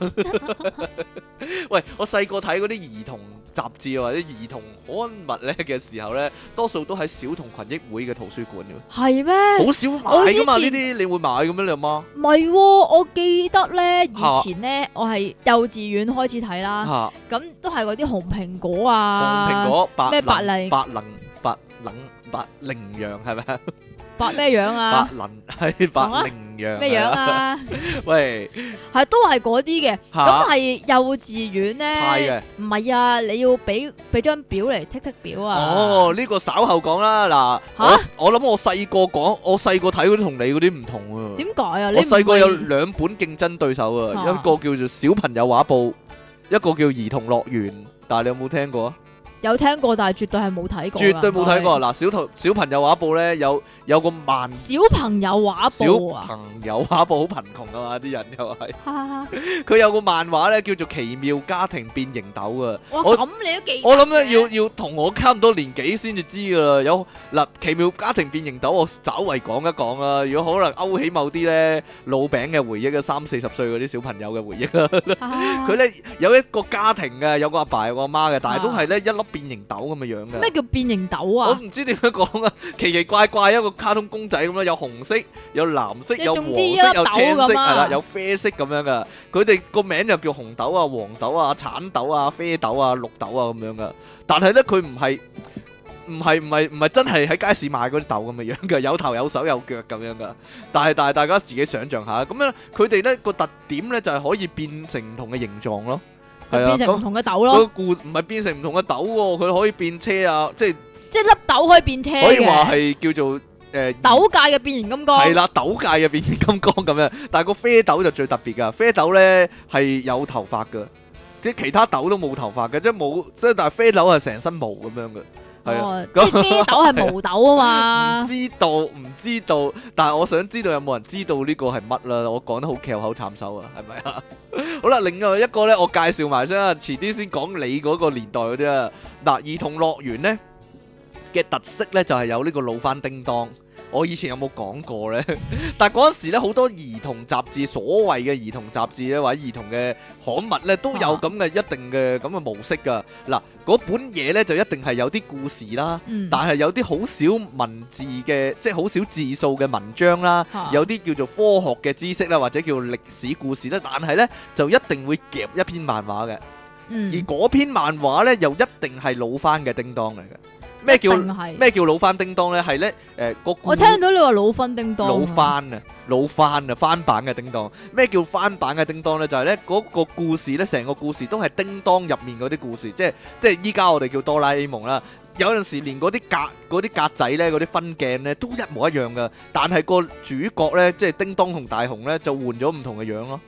S1: 喂，我細個睇嗰啲兒童雜誌或者兒童刊物呢嘅時候呢，多數都喺小童群益會嘅圖書館嘅，
S2: 係咩？
S1: 好少買噶嘛
S2: 我
S1: 呢
S2: 以前
S1: 啲，你會買嘅咩你阿媽？
S2: 唔係喎，我記得咧
S1: 嚇
S2: 以前咧我係幼稚園開始睇啦，
S1: 嚇
S2: 咁都係嗰啲紅蘋果
S1: 紅
S2: 啊，
S1: 蘋果、白
S2: 咩白
S1: 能
S2: 麗
S1: 白能白能白羚羊係咪啊？
S2: 白咩樣
S1: 白
S2: 啊，
S1: 能係白羚羊
S2: 咩樣
S1: 係啊？
S2: 啊，
S1: 喂，
S2: 係都係嗰啲嘅，
S1: 嚇
S2: 咁啊係幼稚園
S1: 派
S2: 咧，
S1: 嘅
S2: 唔係啊，你要俾俾張表嚟剔剔表啊，
S1: 哦，呢個稍後講啦。嗱，
S2: 嚇
S1: 我我諗我細個講，我細個睇嗰啲同你嗰啲唔同啊。
S2: 點解啊？你
S1: 我
S2: 唔
S1: 細個有
S2: 係
S1: 兩本競爭對手啊，
S2: 嚇
S1: 一個叫做小朋友畫報，一個叫兒童樂園。但係你有冇聽過啊？
S2: 有聽過，但係絕對係冇啊睇過㗎。
S1: 絕對冇睇過。啊
S2: 啦。
S1: 嗱，小童小朋友畫報咧，有有個慢
S2: 小朋友畫
S1: 小
S2: 報啊，
S1: 朋友畫報好貧窮啊嘛，啲人又係。
S2: 哈哈哈
S1: 佢有個漫畫咧，叫做《奇妙家庭變形豆》啊！
S2: 哇
S1: 我
S2: 咁你都記得嘅？
S1: 我諗咧要要同我差唔多年紀先至知噶啦。有嗱，《奇妙家庭變形豆》，我稍為講一講啦。如果可能勾起某啲咧老餅嘅回憶啊，三四十歲嗰啲小朋友嘅回憶啦。 佢
S2: 佢
S1: 咧有一個家庭嘅，有個阿爸有個阿媽嘅，但係都係咧一粒變形豆咁嘅樣嘅
S2: 咩。叫變形豆
S1: 我
S2: 啊？
S1: 唔知點樣講啊， 奇奇怪怪一個卡通公仔咁啦，有紅色、有藍色、
S2: 你
S1: 有黃
S2: 總
S1: 色、
S2: 之
S1: 有
S2: 一
S1: 青色，
S2: 粒豆
S1: 係
S2: 咁啊
S1: 啦，有啡色咁樣噶。佢哋個名就叫紅豆啊、黃豆啊、橙豆啊、啡豆啊、綠豆啊咁樣噶。但係咧，佢唔係唔係唔係唔係真係喺街市買嗰啲豆咁嘅樣 嘅，有頭有手有腳咁樣噶。但係但係大家自己想象下，咁樣佢哋咧個特點咧就係可以變成唔同嘅形狀咯。
S2: 就
S1: 係啊，
S2: 變成唔
S1: 咁
S2: 同嘅豆
S1: 佢
S2: 咯，
S1: 固唔係變成唔同嘅豆喎，佢可以變車啊，即係。
S2: 即係粒豆可以變車
S1: 可以話
S2: 嘅。
S1: 係叫做誒
S2: 豆界嘅變形金剛
S1: 係啦，豆界入邊金剛咁樣，但係個啡豆就最特別噶，啡豆咧係有頭髮噶，即係其他豆都冇頭髮嘅，即係冇即係但係啡豆係成身毛咁樣嘅，係啊。
S2: 哦即
S1: 咁
S2: 係啤豆係毛豆啊
S1: 唔
S2: 嘛。
S1: 知道，唔知道，但係我想知道有冇人知道呢個係乜啦？我講得好翹口慘手啊，係咪啊？ 好啦，另外一個呢，我介紹埋先啊，遲啲先講你嗰個年代嗰啲啊。嗱，兒童樂園呢嘅特色呢，就係、有呢個老番叮當。我以前有冇講過呢？ 但係嗰陣時咧，好多兒童雜誌，所謂嘅兒童雜誌咧，或者兒童嘅刊物咧，都有
S2: 啊
S1: 咁嘅一定嘅咁嘅模式㗎。嗱，嗰本嘢呢，就一定係有啲故事啦。
S2: 嗯，
S1: 但係有啲好少文字嘅，即係好少字數嘅文章啦，
S2: 嚇
S1: 有啲叫做科學嘅知識啦，或者叫歷史故事啦，但係呢，就一定會夾一篇漫畫嘅，而
S2: 嗯
S1: 嗰篇漫畫呢，又一定係老番嘅叮當嚟嘅。咩叫
S2: 一定係
S1: 咩叫老番叮當呢？係呢，誒、個故
S2: 我聽到你話老分叮當啊
S1: 老翻啊，老翻啊，翻版嘅叮當。咩叫翻版嘅叮當呢？就係呢嗰個故事呢，成個故事都係叮當入面嗰啲故事，即係即係依家我哋叫哆啦 A 夢啦。有陣時連嗰啲格嗰啲格仔呢，嗰啲分鏡呢，都一模一樣噶，但係個主角呢，即係叮當同大雄呢，就換咗唔同嘅樣咯。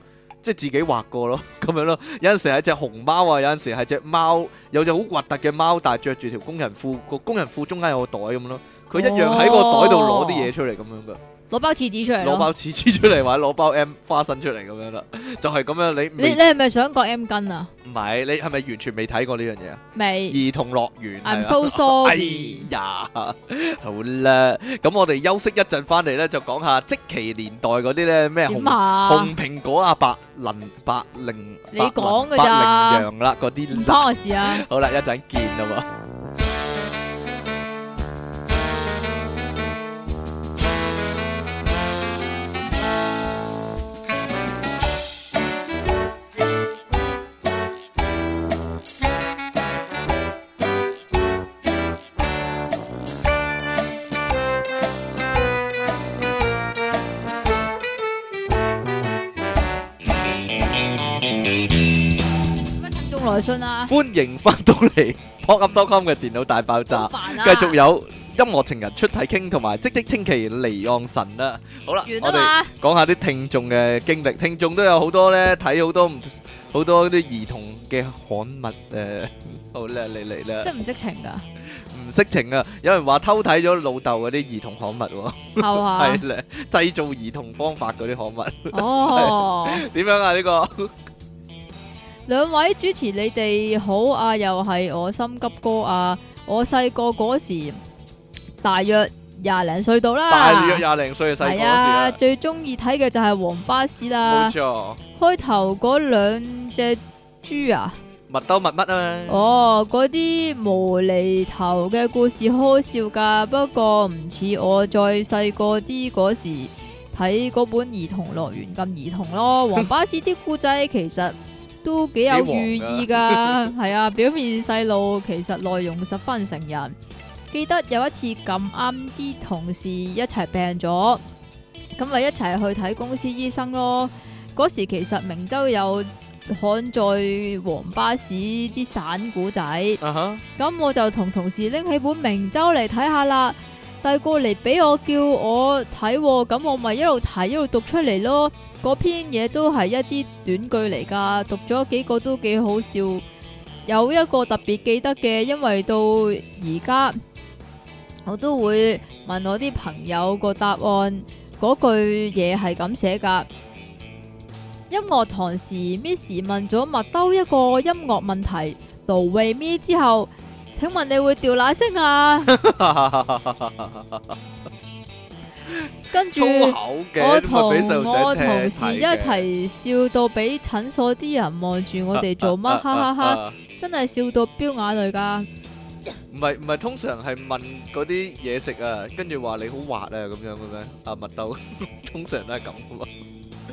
S1: 即係自己畫過咯， 咁樣咯。有陣時係隻熊貓啊，有陣時係隻貓，有隻好核突嘅貓，但係着住條工人褲，個工人褲中間有個袋咁咯。佢一樣喺個袋度攞啲嘢出嚟咁樣噶。
S2: 攞包廁紙出嚟
S1: 攞
S2: 咯。
S1: 包廁紙出嚟或者攞包 M 花生出嚟咁樣啦，就係咁樣你
S2: 你
S1: 未
S2: 你係咪想講 M 巾啊？
S1: 唔係你係咪完全未睇過呢樣嘢啊？
S2: 未
S1: 兒童樂園係
S2: I'm
S1: 啊
S2: so
S1: 哎
S2: sorry。
S1: 呀，好啦，咁我哋休息一陣，翻嚟咧就講下即期年代嗰啲咧咩
S2: 點
S1: 紅
S2: 啊
S1: 紅？蘋果啊、白林白令，
S2: 你
S1: 白麟
S2: 講㗎
S1: 白
S2: 咋
S1: 羚羊啦嗰
S2: 唔
S1: 啲
S2: 關
S1: 啦，
S2: 我事啊！
S1: 好啦，一陣見啦喎。
S2: 乜聽眾來信啊？
S1: 歡迎翻到嚟 pocket.com 嘅電腦大爆炸
S2: 好，煩啊！
S1: 繼續有音樂情人出體傾同埋即即清奇離岸神啦。好啦，我
S2: 完
S1: 哋。
S2: 啊嘛，
S1: 講下啲聽眾嘅經歷，聽眾都有好多咧睇好多唔好多啲兒童嘅刊物誒，好啦，你嚟啦，
S2: 識唔識情 噶？
S1: 唔色情啊！有人話偷睇咗老豆嗰啲兒童刊物喎，
S2: 係嘛？
S1: 係咧製造兒童方法嗰啲刊
S2: 哦。
S1: 物， 點樣啊？呢個
S2: 兩位主持，你哋好啊！又係我心急哥啊！我細個嗰時大約廿零歲到啦，
S1: 大約廿零歲嘅細個嗰
S2: 係
S1: 時
S2: 啊，
S1: 啊，
S2: 最中意睇嘅就係黃巴士啦
S1: 冇。錯，
S2: 開頭嗰兩隻豬啊，
S1: 麥兜麥乜啊嘛，
S2: 哦，嗰啲無厘頭嘅故事好好笑噶，不過唔似我再細個啲嗰時睇嗰本兒童樂園咁兒童咯。黃巴士啲故仔其實都幾有寓意噶， 係啊，表面細路，其實內容十分成人。記得有一次咁啱啲同事一齊病咗，咁咪一齊去睇公司醫生咯。嗰時其實明州有刊載黃巴士啲散古仔，
S1: 啊哈，
S2: 咁我就同同事拎起本明州嚟睇下啦。遞過嚟俾我叫我睇喎，咁我咪一路睇一路讀出嚟咯。嗰篇嘢都係一啲短句嚟噶，讀咗幾個都幾好笑。有一個特別記得嘅，因為到而家我都會問我啲朋友個答案，嗰句嘢係咁寫噶。音樂堂時，Miss 問咗麥兜一個音樂問題，盧慧咪之後，請問你會掉哪 聲啊？跟住。
S1: 粗口嘅，咁
S2: 我
S1: 啊
S2: 同
S1: 咪俾細路仔
S2: 我
S1: 聽
S2: 同事一，齊笑到俾診所啲人望住我哋
S1: 啊
S2: 做乜，啊哈哈哈！
S1: 哈。
S2: 真係笑到飆眼淚噶，
S1: 唔係唔係，通常係問嗰啲嘢食啊，跟住話你好滑啊咁樣嘅咩？啊麥兜， 通常都係咁噶嘛。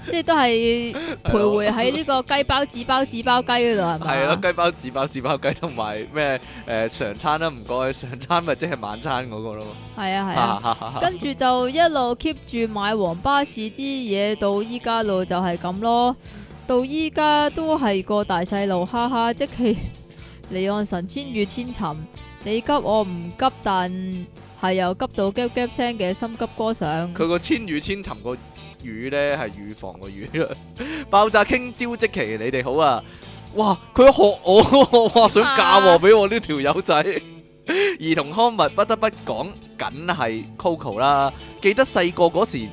S2: 即係都係
S1: 係
S2: 徘
S1: 咯
S2: 徊喺呢個雞包、紙包、紙包雞嗰度係
S1: 係咯，
S2: 咪？
S1: 雞包、紙包、紙包雞同埋咩誒常餐啦，唔該，常餐咪即係晚餐嗰個咯。
S2: 係啊係啊，
S1: 啊，
S2: 跟住就一路 keep 住買黃巴士啲嘢到依家路就係咁咯，到依家都係個大細路，哈哈！即係離岸神千與千尋，你急我唔急，但係又急到 gap gap 聲嘅心急歌上。
S1: 佢個千與千尋個語咧係乳房個乳啊。 爆炸傾朝即期，你哋好啊！哇，佢學 我，哇想嫁禍俾我呢條友仔。兒童刊物不得不講，梗係 Coco 啦。記得細個嗰時，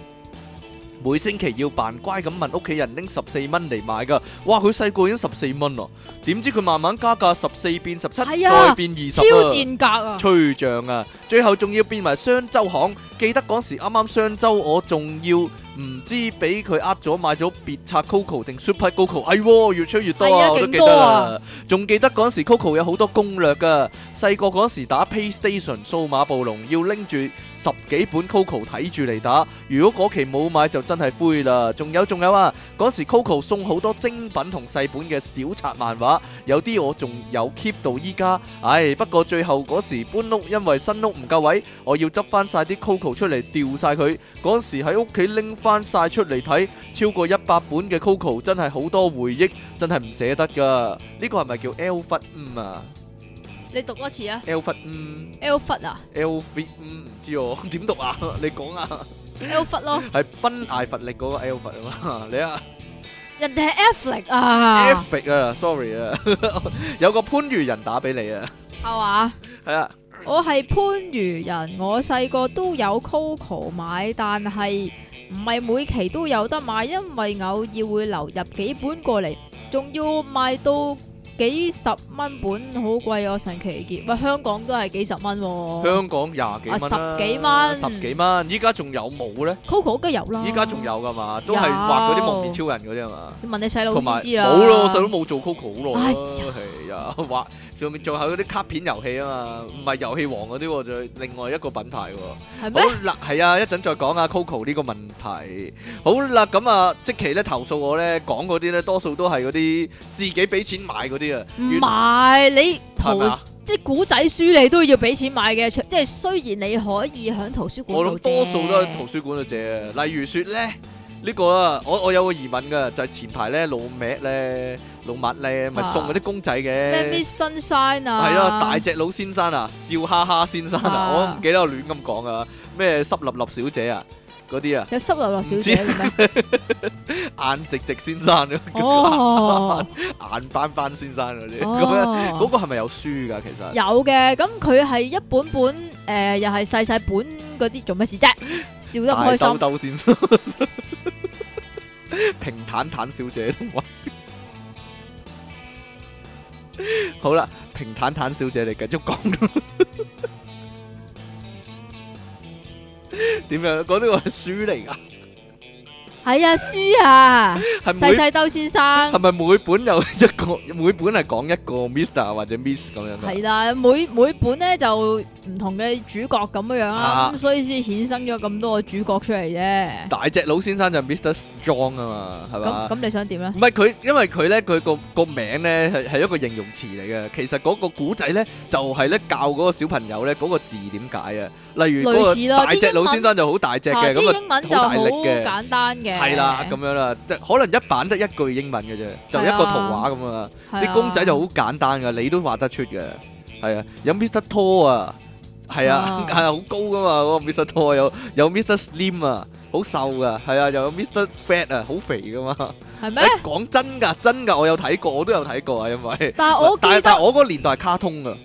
S1: 每星期要扮乖咁問屋企人拎十四蚊嚟買噶。哇，佢細個已經十四蚊咯，點知佢慢慢加價，十四變十七，
S2: 係啊
S1: 再變二十
S2: 超
S1: 啊！
S2: 賤格啊！
S1: 吹脹啊！最後仲要變埋雙周行，記得嗰時啱啱雙周，我仲要唔知俾佢呃咗買咗別冊 Coco 定 Super Coco，哎喎，越吹越多
S2: 係
S1: 啊！
S2: 啊
S1: 我都記
S2: 勁
S1: 得
S2: 多啊
S1: 啦，仲記得嗰時 Coco 有好多攻略噶，細個嗰時打 PlayStation 數碼暴龍要拎住十幾本 Coco 睇住嚟打，如果嗰期冇買就真係灰啦。仲有仲有啊，嗰時 Coco 送好多精品同細本嘅小冊漫畫。有啲我仲有 keep 到依家，唉，不過最後嗰時搬屋，因為新屋唔夠位，我要執翻晒啲 Coco 出嚟掉晒佢。嗰時喺屋企拎翻晒出嚟睇，超過一百本嘅 Coco，真係好多回憶，真係唔捨得噶。呢個係咪叫 L 忽五啊
S2: 你讀多次啊
S1: ？L 忽五
S2: ，L 忽啊
S1: ，L 忽五唔知我 點讀啊？你講啊，
S2: ，L 忽咯，
S1: 係賓艾佛力嗰個 L 忽啊嘛？ 你啊？
S2: 人哋係 F 力啊，
S1: F 力啊，sorry 啊，有個番禺人打俾你啊，
S2: 係嘛？
S1: 係啊，
S2: 我係番禺人，我細個都有 Coco 買，但係唔係每期都有得買，因為偶爾會流入幾本過嚟，仲要賣到幾十蚊本好貴啊！神奇傑，喂，香港都係幾十蚊喎。
S1: 香港廿幾蚊啦，
S2: 啊十幾蚊
S1: 十幾蚊，依家仲有冇咧？
S2: Coco 梗係有啦。
S1: 依家仲？有噶嘛？都
S2: 有
S1: 係畫嗰啲蒙面超人嗰啲啊嘛。
S2: 你問你細佬
S1: 同埋
S2: 先知啦。啊
S1: 冇咯，細佬冇做 Coco 好耐
S2: 哎
S1: 啦，係啊，畫仲仲有嗰啲卡片遊戲啊嘛，唔係遊戲王嗰啲喎，仲有另外一個品牌喎。
S2: 係
S1: 好
S2: 咩？
S1: 啦，係啊，一陣再講啊 Coco 呢個問題。好啦，咁啊，即期咧投訴我咧講嗰啲咧，多數都係嗰啲自己俾錢買嗰啲啊。
S2: 唔
S1: 原
S2: 係你
S1: 係咪啊
S2: 圖即係古仔書你都要俾錢買嘅，除即係雖然你可以喺圖書館
S1: 我
S2: 度
S1: 諗
S2: 借
S1: 多數都喺圖書館度借啊。例如說咧，呢個啊，我我有個疑問噶，就係前排咧老麥咧老麥咧，咪
S2: 啊
S1: 送嗰啲公仔
S2: 咩
S1: 嘅。
S2: Miss Sunshine 啊，
S1: 係啊，大隻佬先生啊，笑哈哈先生啊，
S2: 啊
S1: 我唔記得我亂咁講啊，咩濕立立小姐啊，嗰啲啊，
S2: 有濕立立小姐嘅 咩？
S1: 眼直直先生嗰啲
S2: 哦，
S1: 眼斑斑先生嗰啲，咁樣嗰
S2: 哦，
S1: 個係咪有書噶？其實
S2: 有嘅，咁佢係一本本誒，又係細細本嗰啲，做乜事啫？笑得唔
S1: 大
S2: 開
S1: 兜
S2: 心，
S1: 兜先生， 平坦坦小姐同埋，好啦，平坦坦小姐你繼續講 啦。點樣？嗰啲個係書嚟㗎，
S2: 係啊，書啊，
S1: 係
S2: 細
S1: 每
S2: 細兜先生
S1: 系。咪每本有一個？ 每本係講一個 Mr 或者 Miss 咁樣㗎啊
S2: 係啊啦，每每本咧就唔同嘅主角咁樣樣啦，
S1: 啊
S2: 咁、所以先衍生咗咁多個主角出嚟啫。
S1: 大隻佬先生就 Mr Strong 啊嘛，係
S2: 咁
S1: 嘛？
S2: 咁你想點咧？
S1: 唔係佢，因為佢咧，佢個個名咧係係一個形容詞嚟嘅。其實嗰個古仔咧就係咧教嗰個小朋友咧嗰個字點解啊。例如嗰
S2: 類似
S1: 個
S2: 啦
S1: 大隻佬先生就好大隻
S2: 啊
S1: 嘅，
S2: 啲、
S1: 咁啊
S2: 英文就
S1: 好大
S2: 好
S1: 力嘅
S2: 簡單嘅，
S1: 係啦，咁樣啦，即係可能一版得一句英文嘅啫，就一個圖畫咁啊。
S2: 係啊
S1: 啲公仔就好簡單噶，你都畫得出嘅，係啊，有 Mr. Tall 啊，係啊
S2: 啊，
S1: 係啊，好高噶嘛，嗰個 Mr. Tall 有有 Mr. Slim 啊，好瘦噶，係啊，又有 Mr. Fat 啊，好肥噶嘛。
S2: 係
S1: 誒
S2: 咩？
S1: 講真㗎，真㗎，我有睇過，我都有睇過啊，因為
S2: 但係我
S1: 但係但
S2: 記
S1: 係
S2: 得，
S1: 我嗰個年代係卡通㗎，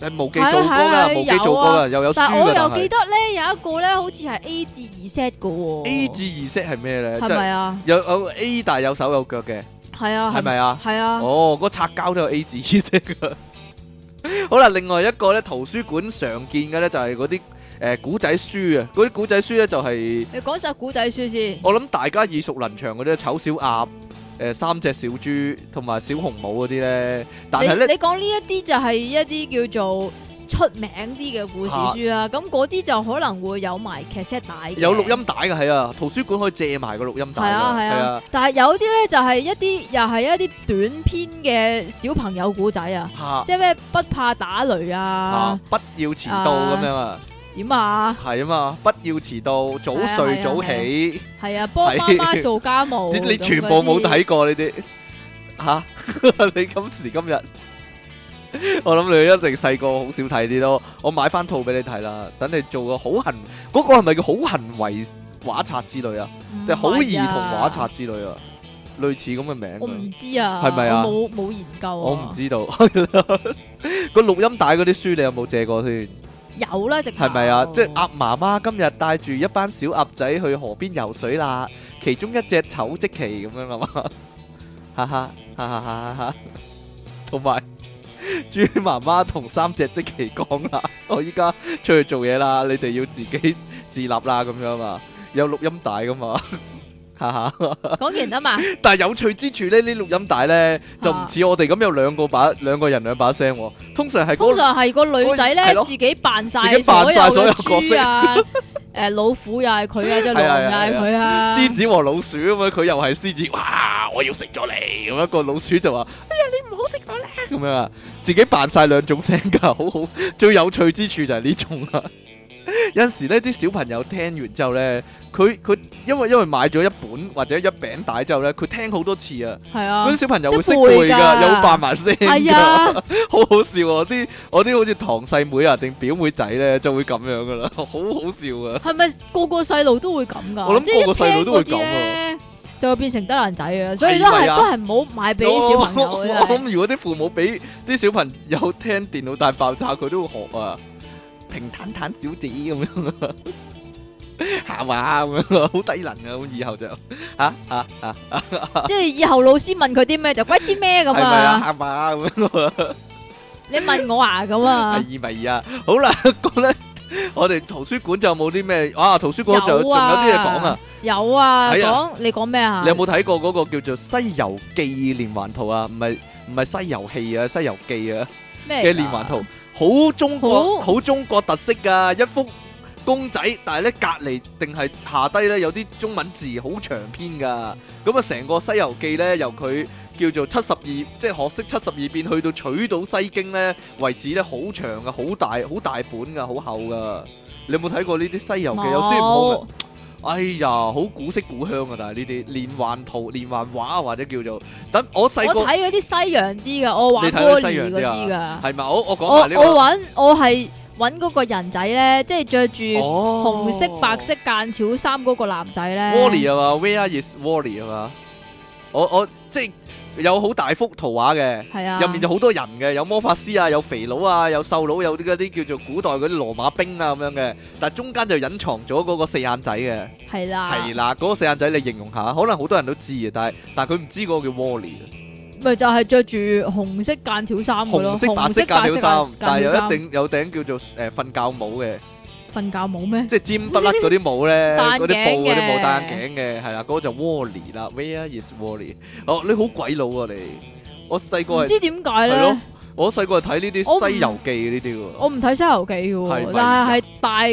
S1: 係無記做歌
S2: 係啊
S1: 啦，
S2: 係啊
S1: 無記做歌
S2: 有
S1: 啦，又有書
S2: 但係
S1: 㗎，
S2: 我
S1: 但
S2: 又記
S1: 係
S2: 得咧有一個咧，好似係 A 至二 set 嘅喎。
S1: A 至二式係咩咧？即
S2: 係
S1: 係
S2: 咪啊？
S1: 有有 A 但係有手有腳嘅，
S2: 係啊，
S1: 係？咪啊？
S2: 係啊，
S1: 哦，嗰擦膠都有 A 字先㗎。好啦，另外一個咧，圖書館常見嘅咧就係嗰啲誒古仔書啊，嗰啲古仔書咧就係、
S2: 你講晒古仔書先。
S1: 我諗大家耳熟能詳嗰啲醜小鴨、誒、三隻小豬同埋小紅帽嗰啲咧，但係
S2: 你
S1: 咧
S2: 你講呢一啲就係一啲叫做出名啲嘅故事書啦，咁嗰啲就可能會有埋劇 set 帶，
S1: 有錄音帶嘅係啊，圖書館可以借埋個錄音帶
S2: 係
S1: 㗎，
S2: 啊係
S1: 係啊
S2: 啊，但係有啲咧就係一啲又係一啲短篇嘅小朋友故仔啊，
S1: 嚇
S2: 即係咩不怕打雷
S1: 嚇
S2: 啊，，
S1: 不要遲到咁樣啊，
S2: 點啊，
S1: 係啊嘛，不要遲到，早
S2: 係啊
S1: 睡
S2: 係啊
S1: 早起，
S2: 係啊，幫媽媽做家務，
S1: 你你
S2: 咁
S1: 全部
S2: 嗰
S1: 冇
S2: 啲
S1: 睇過呢 啲嚇， 你今時今日。我諗你一定細個好少睇啲咯，我買翻套俾你睇啦，等你做個好行，嗰、個係咪叫好行為畫冊之類啊？
S2: 唔係
S1: 即係
S2: 啊
S1: 好兒童畫冊之類啊，類似咁嘅名
S2: 我唔
S1: 㗎。
S2: 知啊，
S1: 係咪啊
S2: 我冇冇研究啊，
S1: 我唔知道 個錄音帶嗰啲書你有冇借過先？
S2: 有啦，直頭
S1: 係咪啊？即係鴨媽媽今日帶住一班小鴨仔去河邊游水啦，其中一隻醜即奇咁樣啊嘛， 哈哈哈哈哈哈！同埋 豬媽媽同三隻即奇講啦， 我依家出去做嘢啦，你哋要自己 自立啦咁樣嘛，有錄音帶噶嘛， 哈哈。
S2: 講完啊嘛，
S1: 但係有趣之處咧，呢錄音帶咧就
S2: 啊
S1: 唔似我哋咁有兩個把兩個人兩把聲喎，通常係
S2: 通
S1: 嗰
S2: 常係個女仔
S1: 係
S2: 咧
S1: 咯
S2: 自己扮晒
S1: 自己扮晒
S2: 所
S1: 所有
S2: 有
S1: 角色
S2: 嘅豬 啊，誒老虎又係佢啊，即係
S1: 係啊
S2: 狼
S1: 係
S2: 又
S1: 啊
S2: 係佢啊，
S1: 獅子和老鼠咁啊樣，佢又係獅子，哇！我要食咗你咁樣，啊個老鼠就話：哎呀，你唔好食我啦咁樣啊！自己扮晒兩種聲㗎，好好。最有趣之處就係呢種啊！ 有陣時呢啲小朋友聽完之後咧，佢佢因為因為買咗一本或者一餅帶之後咧，佢聽好多次啊，
S2: 係
S1: 嗰
S2: 啊
S1: 啲，小朋友會
S2: 識
S1: 識背
S2: 背
S1: 㗎，
S2: 㗎
S1: 有扮埋聲㗎。
S2: 係啊，
S1: 好好笑啊！啲我啲好似堂細妹啊定表妹仔咧，就會咁樣噶啦，好好笑啊！
S2: 係咪個個細路都會咁㗎？
S1: 我諗
S2: 即係一
S1: 個個細路都會咁啊
S2: 聽嗰啲咧，就會變成得男仔㗎啦，所以都
S1: 係咪
S2: 係
S1: 啊
S2: 都係唔好買俾小朋
S1: 我
S2: 友
S1: 我
S2: 嘅。
S1: 諗如果啲父母俾啲小朋友聽電腦大爆炸，佢都會學啊，平坦坦小姐咁樣啊，喊啊咁樣，好低能啊！咁以後就嚇嚇嚇，
S2: 即系以后老师问佢啲咩就鬼知咩咁
S1: 係咪啊？
S2: 啊，
S1: 喊啊咁樣，
S2: 你问我啊咁啊，
S1: 係咪啊？好啦， 講咧，我哋圖書館就冇啲咩啊？圖書館就仲有
S2: 有啊
S1: 啲嘢講啊！
S2: 有
S1: 係
S2: 啊，
S1: 啊
S2: 讲你讲咩啊？
S1: 你有冇睇過嗰個叫做《西遊記》連環圖啊？唔係唔係《西遊戲》啊，《西遊記》啊。
S2: 咩
S1: 嘅
S2: 㗎
S1: 連環圖，好中國
S2: 好
S1: 好中國特色噶，一幅公仔，但係咧隔離定係下低咧有啲中文字好長篇噶，咁啊成個《西遊記》咧由佢叫做七十二，即係學識七十二變去到取到西經咧為止咧，好長噶，好大好大本噶，好厚噶。你有冇睇過呢啲《西遊記》？有孫悟空啊
S2: 冇，
S1: 哎呀，好古色古香啊！但係呢啲連環圖、連環畫啊或者叫做等我細個
S2: 我睇嗰啲西洋啲噶，我
S1: 你
S2: 玩
S1: 睇嗰
S2: 玻
S1: 啲西洋
S2: 璃嗰啲
S1: 啲
S2: 噶，
S1: 係咪？我我
S2: 我
S1: 講埋呢
S2: 我
S1: 個
S2: 搵我系搵嗰個人仔咧，即係着住
S1: 哦
S2: 紅色白色間條衫嗰個男仔咧
S1: Wally 啊嘛，Where is Wally 啊嘛？我我即係有好大幅圖畫嘅，
S2: 係啊，
S1: 入面就好多人嘅，有魔法師啊，有肥佬啊，有瘦佬，有啲嗰啲叫做古代嗰啲羅馬兵啊咁樣嘅，但中間就隱藏咗嗰個四眼仔嘅，
S2: 係啦，
S1: 係啦，嗰個四眼仔你形容下，可能好多人都知嘅，但係但係佢唔知嗰個叫 Wally 嘅
S2: 咪就係着住紅色間條衫嘅咯，
S1: 紅色白
S2: 紅
S1: 色間
S2: 色
S1: 條
S2: 條
S1: 衫，但係
S2: 間
S1: 有
S2: 條衫
S1: 一頂有頂叫做誒瞓覺帽嘅。
S2: 瞓覺冇咩？
S1: 即係尖不甩嗰啲帽咧，
S2: 戴眼
S1: 嗰啲
S2: 鏡
S1: 布嗰啲帽
S2: 嘅
S1: 戴眼鏡嘅，係啦，嗰個就 Wally 啦，Where is Wally？哦，你好鬼佬啊你！我細個
S2: 唔
S1: 係
S2: 知點解
S1: 係咯
S2: 咧，，
S1: 我細個係睇呢
S2: 我
S1: 啲
S2: 唔
S1: 《西遊記》呢啲
S2: 我唔睇《西遊記》
S1: 係咪
S2: 嘅喎，但係係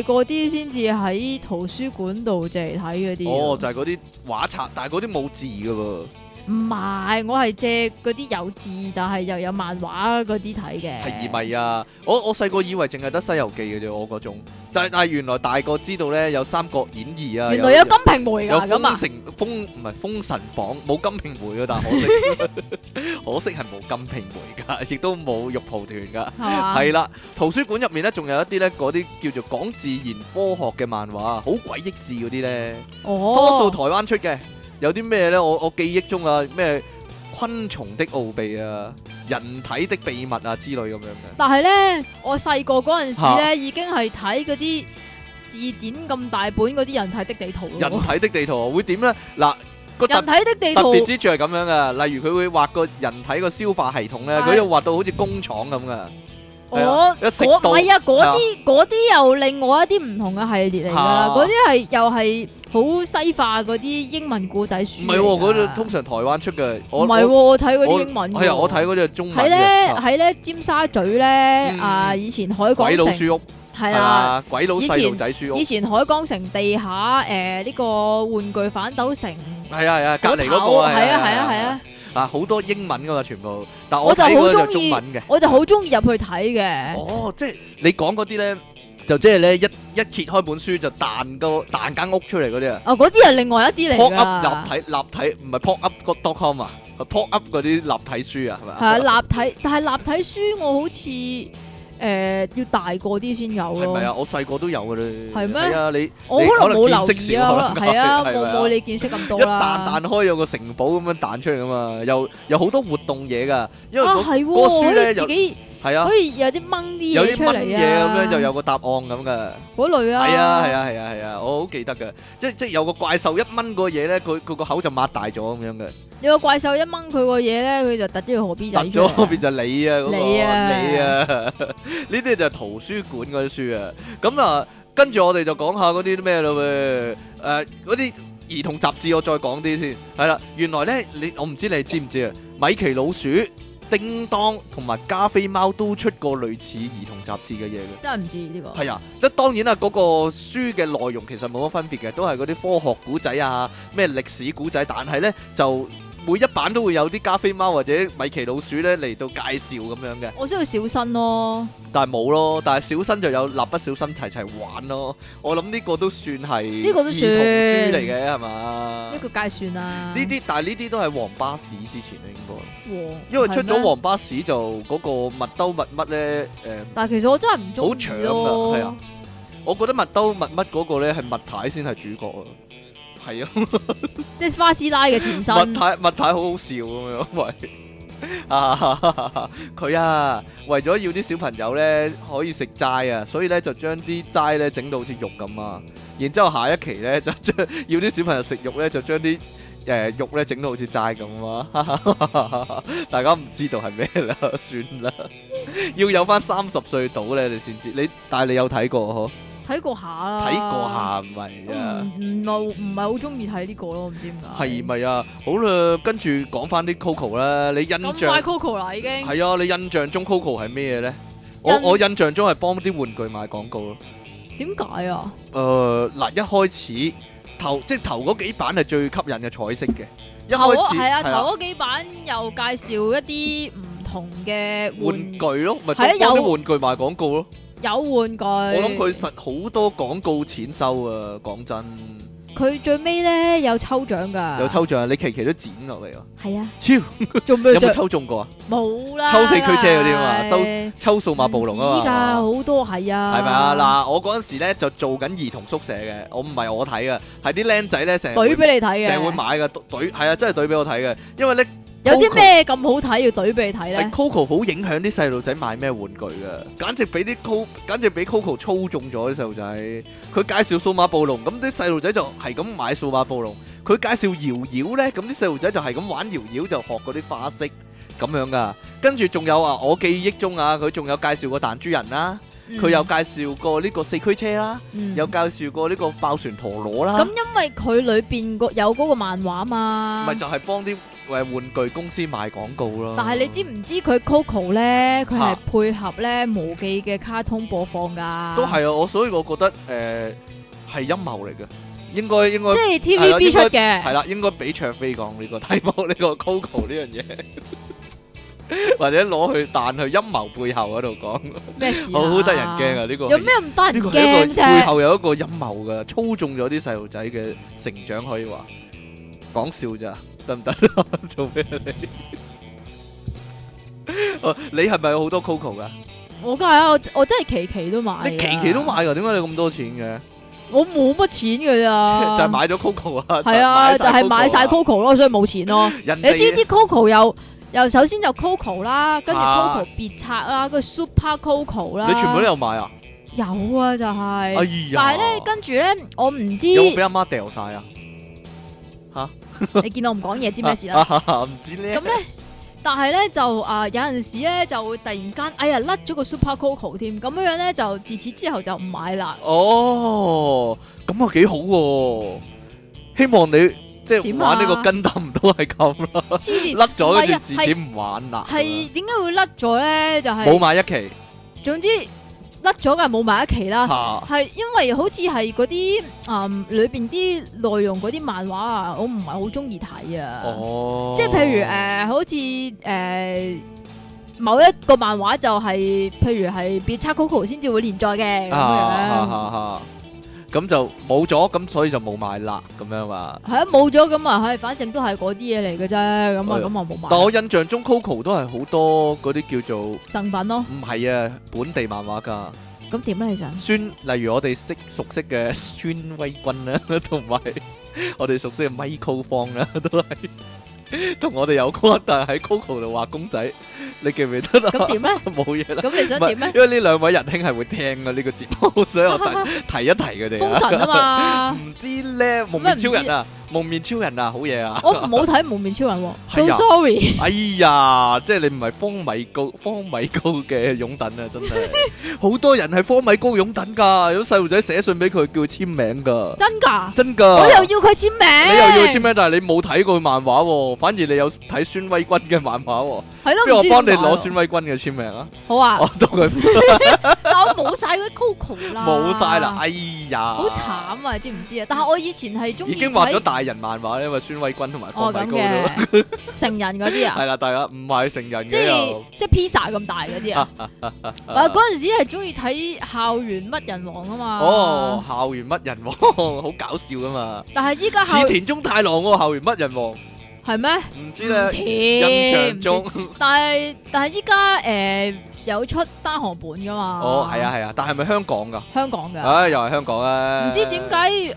S2: 大個啲先至喺圖書館度借嚟睇嗰
S1: 喎，哦，
S2: 啲啊
S1: 就係嗰啲畫冊，但係嗰啲冇字嘅喎，
S2: 喎。唔係，我係借嗰啲有字，但係又有漫畫嗰啲睇嘅。
S1: 係咪啊？我我細個以為淨係得《西遊記》嘅啫，我嗰種，但係但係原來大個知道咧有《三國演義》啊，
S2: 原來有
S1: 有
S2: 金瓶梅
S1: 有
S2: 㗎咁
S1: 封
S2: 啊！
S1: 神封唔係封神榜冇金瓶梅嘅，但係可 惜可惜係冇金瓶梅㗎，亦都冇玉蒲團㗎。
S2: 係嘛？
S1: 係啦，圖書館入面咧，仲有一啲咧，嗰啲叫做講自然科學嘅漫畫，好鬼益智嗰啲咧，多數
S2: 哦，
S1: 台灣出嘅。有啲咩咧？我我記憶中啊，咩昆蟲的奧秘啊，人體的秘密啊之類咁樣嘅。
S2: 但係咧，我細個嗰陣時
S1: 嚇
S2: 咧，已經係睇嗰啲字典咁大本嗰啲人體的地圖
S1: 人
S2: 咯。
S1: 體的地圖會點咧？嗱，個特
S2: 哦人體的地
S1: 特別
S2: 圖
S1: 之處係咁樣噶，例如佢會畫個人體個消化系統咧，
S2: 係
S1: 佢又畫到好似工廠咁噶。係啊
S2: 我
S1: 一食
S2: 嗰
S1: 到
S2: 唔係啊，嗰
S1: 係
S2: 啲嗰啲又另外一啲唔同嘅系列嚟㗎
S1: 嚇
S2: 啦，嗰啲係又係好西化嗰啲英文古仔書
S1: 唔
S2: 嚟
S1: 係
S2: 㗎。
S1: 喎，嗰啲通常台灣出嘅。我
S2: 嗯唔係喎，我睇嗰
S1: 我
S2: 啲英文㗎喎。
S1: 係啊，我睇嗰啲係中文
S2: 喺
S1: 嘅。
S2: 咧
S1: 啊
S2: 喺咧尖沙咀咧
S1: 嗯
S2: 啊，以前海港
S1: 鬼佬
S2: 城
S1: 書屋
S2: 係
S1: 係
S2: 啊。
S1: 啊，鬼佬
S2: 以
S1: 細路
S2: 前
S1: 仔書屋
S2: 以。前海港城地下诶呢個玩具反斗城
S1: 係啊係啊，隔離嗰個
S2: 頭係啊係啊係啊，，
S1: 啊好多英文噶嘛，全部，但
S2: 我就
S1: 睇
S2: 好
S1: 嗰個
S2: 中
S1: 就中
S2: 意
S1: 文嘅。
S2: 我就好中意入去睇嘅，
S1: 哦，即係你講嗰啲咧，就即係咧一一揭開本書就彈個彈間屋出嚟嗰啲啊
S2: 啊嗰啲係另外一啲嚟
S1: ，pop
S2: 㗎，
S1: up 立體立體唔係 pop up 個 dot com 啊，pop up 嗰啲立體書啊，係咪
S2: 係啊立體，但係立體書我好似诶要大個啲先有
S1: 係咪
S2: 咯，
S1: 啊？我細個都有嘅咧。
S2: 係咩
S1: 係啊，你
S2: 我
S1: 你
S2: 可
S1: 可能
S2: 能冇
S1: 見
S2: 留
S1: 識
S2: 意
S1: 少
S2: 啊，
S1: 可能
S2: 係啊，
S1: 係
S2: 冇
S1: 咪啊
S2: 冇你見識咁多
S1: 一彈
S2: 啦，
S1: 彈開有個城堡咁樣彈出嚟噶嘛，又有好多活動嘢㗎，因為
S2: 啊
S1: 嗰
S2: 係
S1: 嗰個書
S2: 喎，可
S1: 咧
S2: 以自己
S1: 係啊
S2: 可。以有啲掹啲
S1: 有
S2: 嘢
S1: 啲
S2: 出
S1: 乜
S2: 嚟
S1: 嘢咁
S2: 啊，
S1: 咧，就有個答案咁噶。
S2: 嗰類啊，
S1: 係啊，係啊，係啊，係啊，我好記得噶。即即有個怪獸一蚊個嘢咧，佢佢個口就擘大咗咁樣嘅，
S2: 有個怪獸一掹佢個嘢咧，佢就突咗個河 B 仔
S1: 突
S2: 出嚟
S1: 咗
S2: 啊
S1: 嗰邊就你啊，嗰個
S2: 你啊
S1: 你 啊，呢啲就係圖書館嗰啲書啊。咁啊，跟住我哋就講下嗰啲咩咯喎，誒嗰啲兒童雜誌，我再講啲先。係啦，原來咧，你我唔知你知唔知啊？米奇老鼠、叮當同埋加菲貓都出過類似兒童雜誌嘅嘢嘅。
S2: 真係唔知呢個。
S1: 係啊，即係當然啦，嗰、個書嘅內容其實冇乜分別嘅，都係嗰啲科學古仔啊，咩歷史古仔，但係呢，就每一版都會有啲加菲貓或者米奇老鼠呢嚟到介紹咁樣嘅，
S2: 我需要小新咯，
S1: 但係冇咯，但係小新就有蠟筆小新齊齊玩咯，我諗呢個都算係呢
S2: 個都算
S1: 兒童書嚟嘅係嘛？
S2: 呢個界算啊啦。
S1: 啊呢啲但係呢啲都係黃巴士之前咧應該，
S2: 黃
S1: 因為出
S2: 係
S1: 咗
S2: 咩
S1: 黃巴士就嗰個麥兜麥乜呢。誒、
S2: 但係其實我真係唔中
S1: 好長
S2: 意
S1: 㗎
S2: 咯。
S1: 係啊我覺得麥兜麥乜嗰個咧係麥太先係主角啊，係啊。
S2: 即係花師奶嘅前身。
S1: 物體物體好好笑咁樣，喂， 啊，佢啊，為咗要啲小朋友咧可以食齋啊，所以咧就將啲齋咧整到好似肉咁啊。然之後下一期咧就將 要啲小朋友食肉咧，就將啲誒肉咧整到好似齋咁啊。 大家唔知道係咩啦， 算啦。要有翻三十歲到咧，你先知。你但係你有睇過
S2: 睇過下
S1: 嗬？
S2: 啦，嗯
S1: 睇過下唔係啊？
S2: 唔唔係唔係好中意睇呢個咯，唔知點解。
S1: 係咪啊？好啦，跟住講翻啲 Coco 啦，你印
S2: 咁
S1: 象
S2: 快 Coco 啦已經？
S1: 係啊？你印象中 Coco 係咩咧？我
S2: 印
S1: 我印象中係幫啲玩具賣廣告咯。
S2: 點解啊？
S1: 誒、嗱，一開始頭即係頭嗰幾版係最吸引嘅彩色嘅，一
S2: 頭
S1: 開始
S2: 係啊，
S1: 係
S2: 頭嗰幾版又介紹一啲唔同嘅
S1: 玩
S2: 玩具，
S1: 具咯，咪
S2: 係啊
S1: 幫幫啲
S2: 有
S1: 玩具賣廣告咯。
S2: 有玩具。
S1: 我諗佢實好多廣告錢收啊！講真，
S2: 佢最尾咧有抽獎㗎，
S1: 有抽獎啊，你期期都剪落嚟啊！
S2: 係啊，
S1: 超
S2: 做咩
S1: 有冇
S2: 啫？
S1: 抽中過啊？
S2: 冇啦，
S1: 抽四驅車嗰啲啊嘛收
S2: 唉
S1: 抽數碼暴龍啊
S2: 唔
S1: 嘛
S2: 止。㗎，好多係啊，
S1: 係咪啊？，嗱，我嗰陣時咧就做緊兒童宿舍嘅，我唔係我睇嘅，係啲僆仔咧成日會
S2: 懟俾你睇嘅，
S1: 成日會買嘅，懟係啊，真係懟俾我睇嘅，因為咧
S2: 有啲咩咁好睇要懟俾你睇
S1: 係
S2: 咧？
S1: Coco 好影響啲細路仔買咩玩具嘅，簡直俾啲 Co，簡直俾 Coco 操縱咗啲細路仔。佢介紹數碼暴龍，咁啲細路仔就係咁買數碼暴龍。佢介紹搖搖咧，咁啲細路仔就係咁玩搖搖，就學嗰啲花式咁樣噶。跟住仲有啊，我記憶中啊，佢仲有介紹過彈珠人啦，佢有介紹過呢個四驅車啦。
S2: 嗯
S1: 有介紹過呢個爆旋陀螺啦，
S2: 咁，因為佢裏邊個有嗰個漫畫嘛
S1: 咪。就係幫啲誒玩具公司賣廣告咯。
S2: 但係你知唔知佢 Coco 咧，佢係
S1: 嚇
S2: 配合咧無記嘅卡通播放㗎，
S1: 都係啊，我所以我覺得誒係陰謀嚟嘅，應該應該
S2: 即係
S1: 係啦
S2: TVB
S1: 應
S2: 出
S1: 該
S2: 嘅
S1: 係。啦，應該俾卓飛講呢個題目呢個 Coco 呢樣嘢， 或者攞去彈去陰謀背後嗰度講，
S2: 咩事啊？
S1: 好得人驚啊！呢個係
S2: 有咩唔得
S1: 呢
S2: 人
S1: 個係一
S2: 驚
S1: 個背
S2: 啫？
S1: 後有一個陰謀嘅，操縱咗啲細路仔嘅成長，可以話講笑咋，得唔 得？做咩啊你？ 哦你係咪有好多 Coco 噶？
S2: 我梗係啊，我我真係期期都買。啊
S1: 你期期都買？㗎，點解你咁多錢嘅？
S2: 我冇乜錢 㗎
S1: 就係
S2: 咋。
S1: 買咗 Coco 啊！
S2: 係啊，就係
S1: 係
S2: 買晒
S1: 啊嗯
S2: Coco 咯，所以冇錢咯。
S1: 人
S2: 你
S1: 哋
S2: 知啲 Coco 又又首先就 Coco 啦，跟住
S1: 啊
S2: Coco 別冊啦，跟住 Super Coco 啦，
S1: 你全部都有買啊？
S2: 有啊就
S1: 哎
S2: 係、
S1: 呀！
S2: 但係咧跟住咧我唔知
S1: 有冇俾阿媽掉晒啊？
S2: 你見我唔講嘢知咩事啦，
S1: 啦？啊唔知咧
S2: 咁。咧。但係咧就啊、有陣時咧就會突然間，哎呀甩咗個 Super Coco 添，咁樣樣咧就自此之後就唔買啦。
S1: 哦，咁啊幾好喎！希望你即係
S2: 點啊
S1: 玩呢個跟氹都係咁 啦。
S2: 黐線，
S1: 甩咗跟
S2: 唔係
S1: 住
S2: 啊
S1: 自己唔玩啦，嗯
S2: 係點解會甩咗咧？就係、
S1: 冇買一期
S2: 總之甩咗嘅冇買一期啦。
S1: 嚇，
S2: 係因為好似係嗰啲嗯裏邊啲內容嗰啲漫畫啊，我唔係好中意睇啊。
S1: 哦，
S2: 即係譬如誒、呃好似誒、呃某一個漫畫就係、譬如係別冊 Coco 先至會連載嘅咁
S1: 啊啊
S2: 樣。
S1: 啊啊咁就冇咗，咁所以就冇買啦，咁樣嘛。
S2: 係啊，冇咗咁啊，係，反正都係嗰啲嘢嚟嘅啫，咁啊，
S1: 哎呀
S2: 咁啊冇買
S1: 但我印象中 Coco 都係好多嗰啲叫做唔
S2: 贈品咯。
S1: 係啊本地漫畫㗎，
S2: 咁點咧？你想？
S1: 孫例如我哋識熟悉嘅 孫威君啦， 同埋我哋熟悉嘅 Michael 方啦， 都係同我哋有關，但係喺 Coco 度畫公仔，你記唔記得
S2: 咁
S1: 啊？
S2: 點咧？
S1: 冇嘢啦。
S2: 咁你想點咧？
S1: 因為呢兩位仁兄係會聽嘅呢個節目， 所以我 提提一提佢哋
S2: 封神 啊嘛！
S1: 唔知咧，蒙面超人啊，蒙面超人啊，好嘢啊！
S2: 我唔好睇蒙面超人喎
S1: 係
S2: ，so
S1: 啊
S2: sorry。
S1: 哎呀，即係你唔係方米高方米高嘅擁趸啊，真係好多人係方米高擁趸㗎，有細路仔寫信俾佢叫佢簽名㗎，
S2: 真㗎？
S1: 真
S2: 我又
S1: 㗎。
S2: 要佢簽
S1: 啊你
S2: 名。
S1: 又要簽名，但係你冇睇過佢漫畫喎，反而你有睇孫威軍嘅漫畫喎。
S2: 係
S1: 不如
S2: 咯，
S1: 我
S2: 唔知
S1: 幫你
S2: 點解
S1: 攞
S2: 喎
S1: 孫威軍嘅簽名啊！
S2: 好啊
S1: 我，同佢
S2: 但我冇晒嗰啲 Coco 啦，
S1: 冇晒啦，哎呀，
S2: 好慘啊！知唔知啊？但係我以前係中意
S1: 已經畫咗
S2: 睇
S1: 大人漫畫咧，因為孫偉軍同埋
S2: 哦
S1: 方米
S2: 咁
S1: 高都
S2: 嘅 成人嗰啲啊，
S1: 係啦，大家唔係成人
S2: 即
S1: 嘅
S2: 係
S1: 又
S2: 即係 pizza 咁大嗰啲啊。
S1: À.
S2: 啊嗰陣時係中意睇校園乜人王啊嘛。
S1: 哦，，校園乜人 王好搞笑噶嘛，
S2: 但係依家校
S1: 似田中太郎喎，校園乜人王唔
S2: 係咩？
S1: 知咧，
S2: 唔似
S1: 印象中
S2: 唔似但係但係依家誒有出單行本噶嘛？
S1: 哦，係啊，係啊，但係咪香港㗎？
S2: 香港嘅，
S1: 唉，又係香港啊！
S2: 唔知點解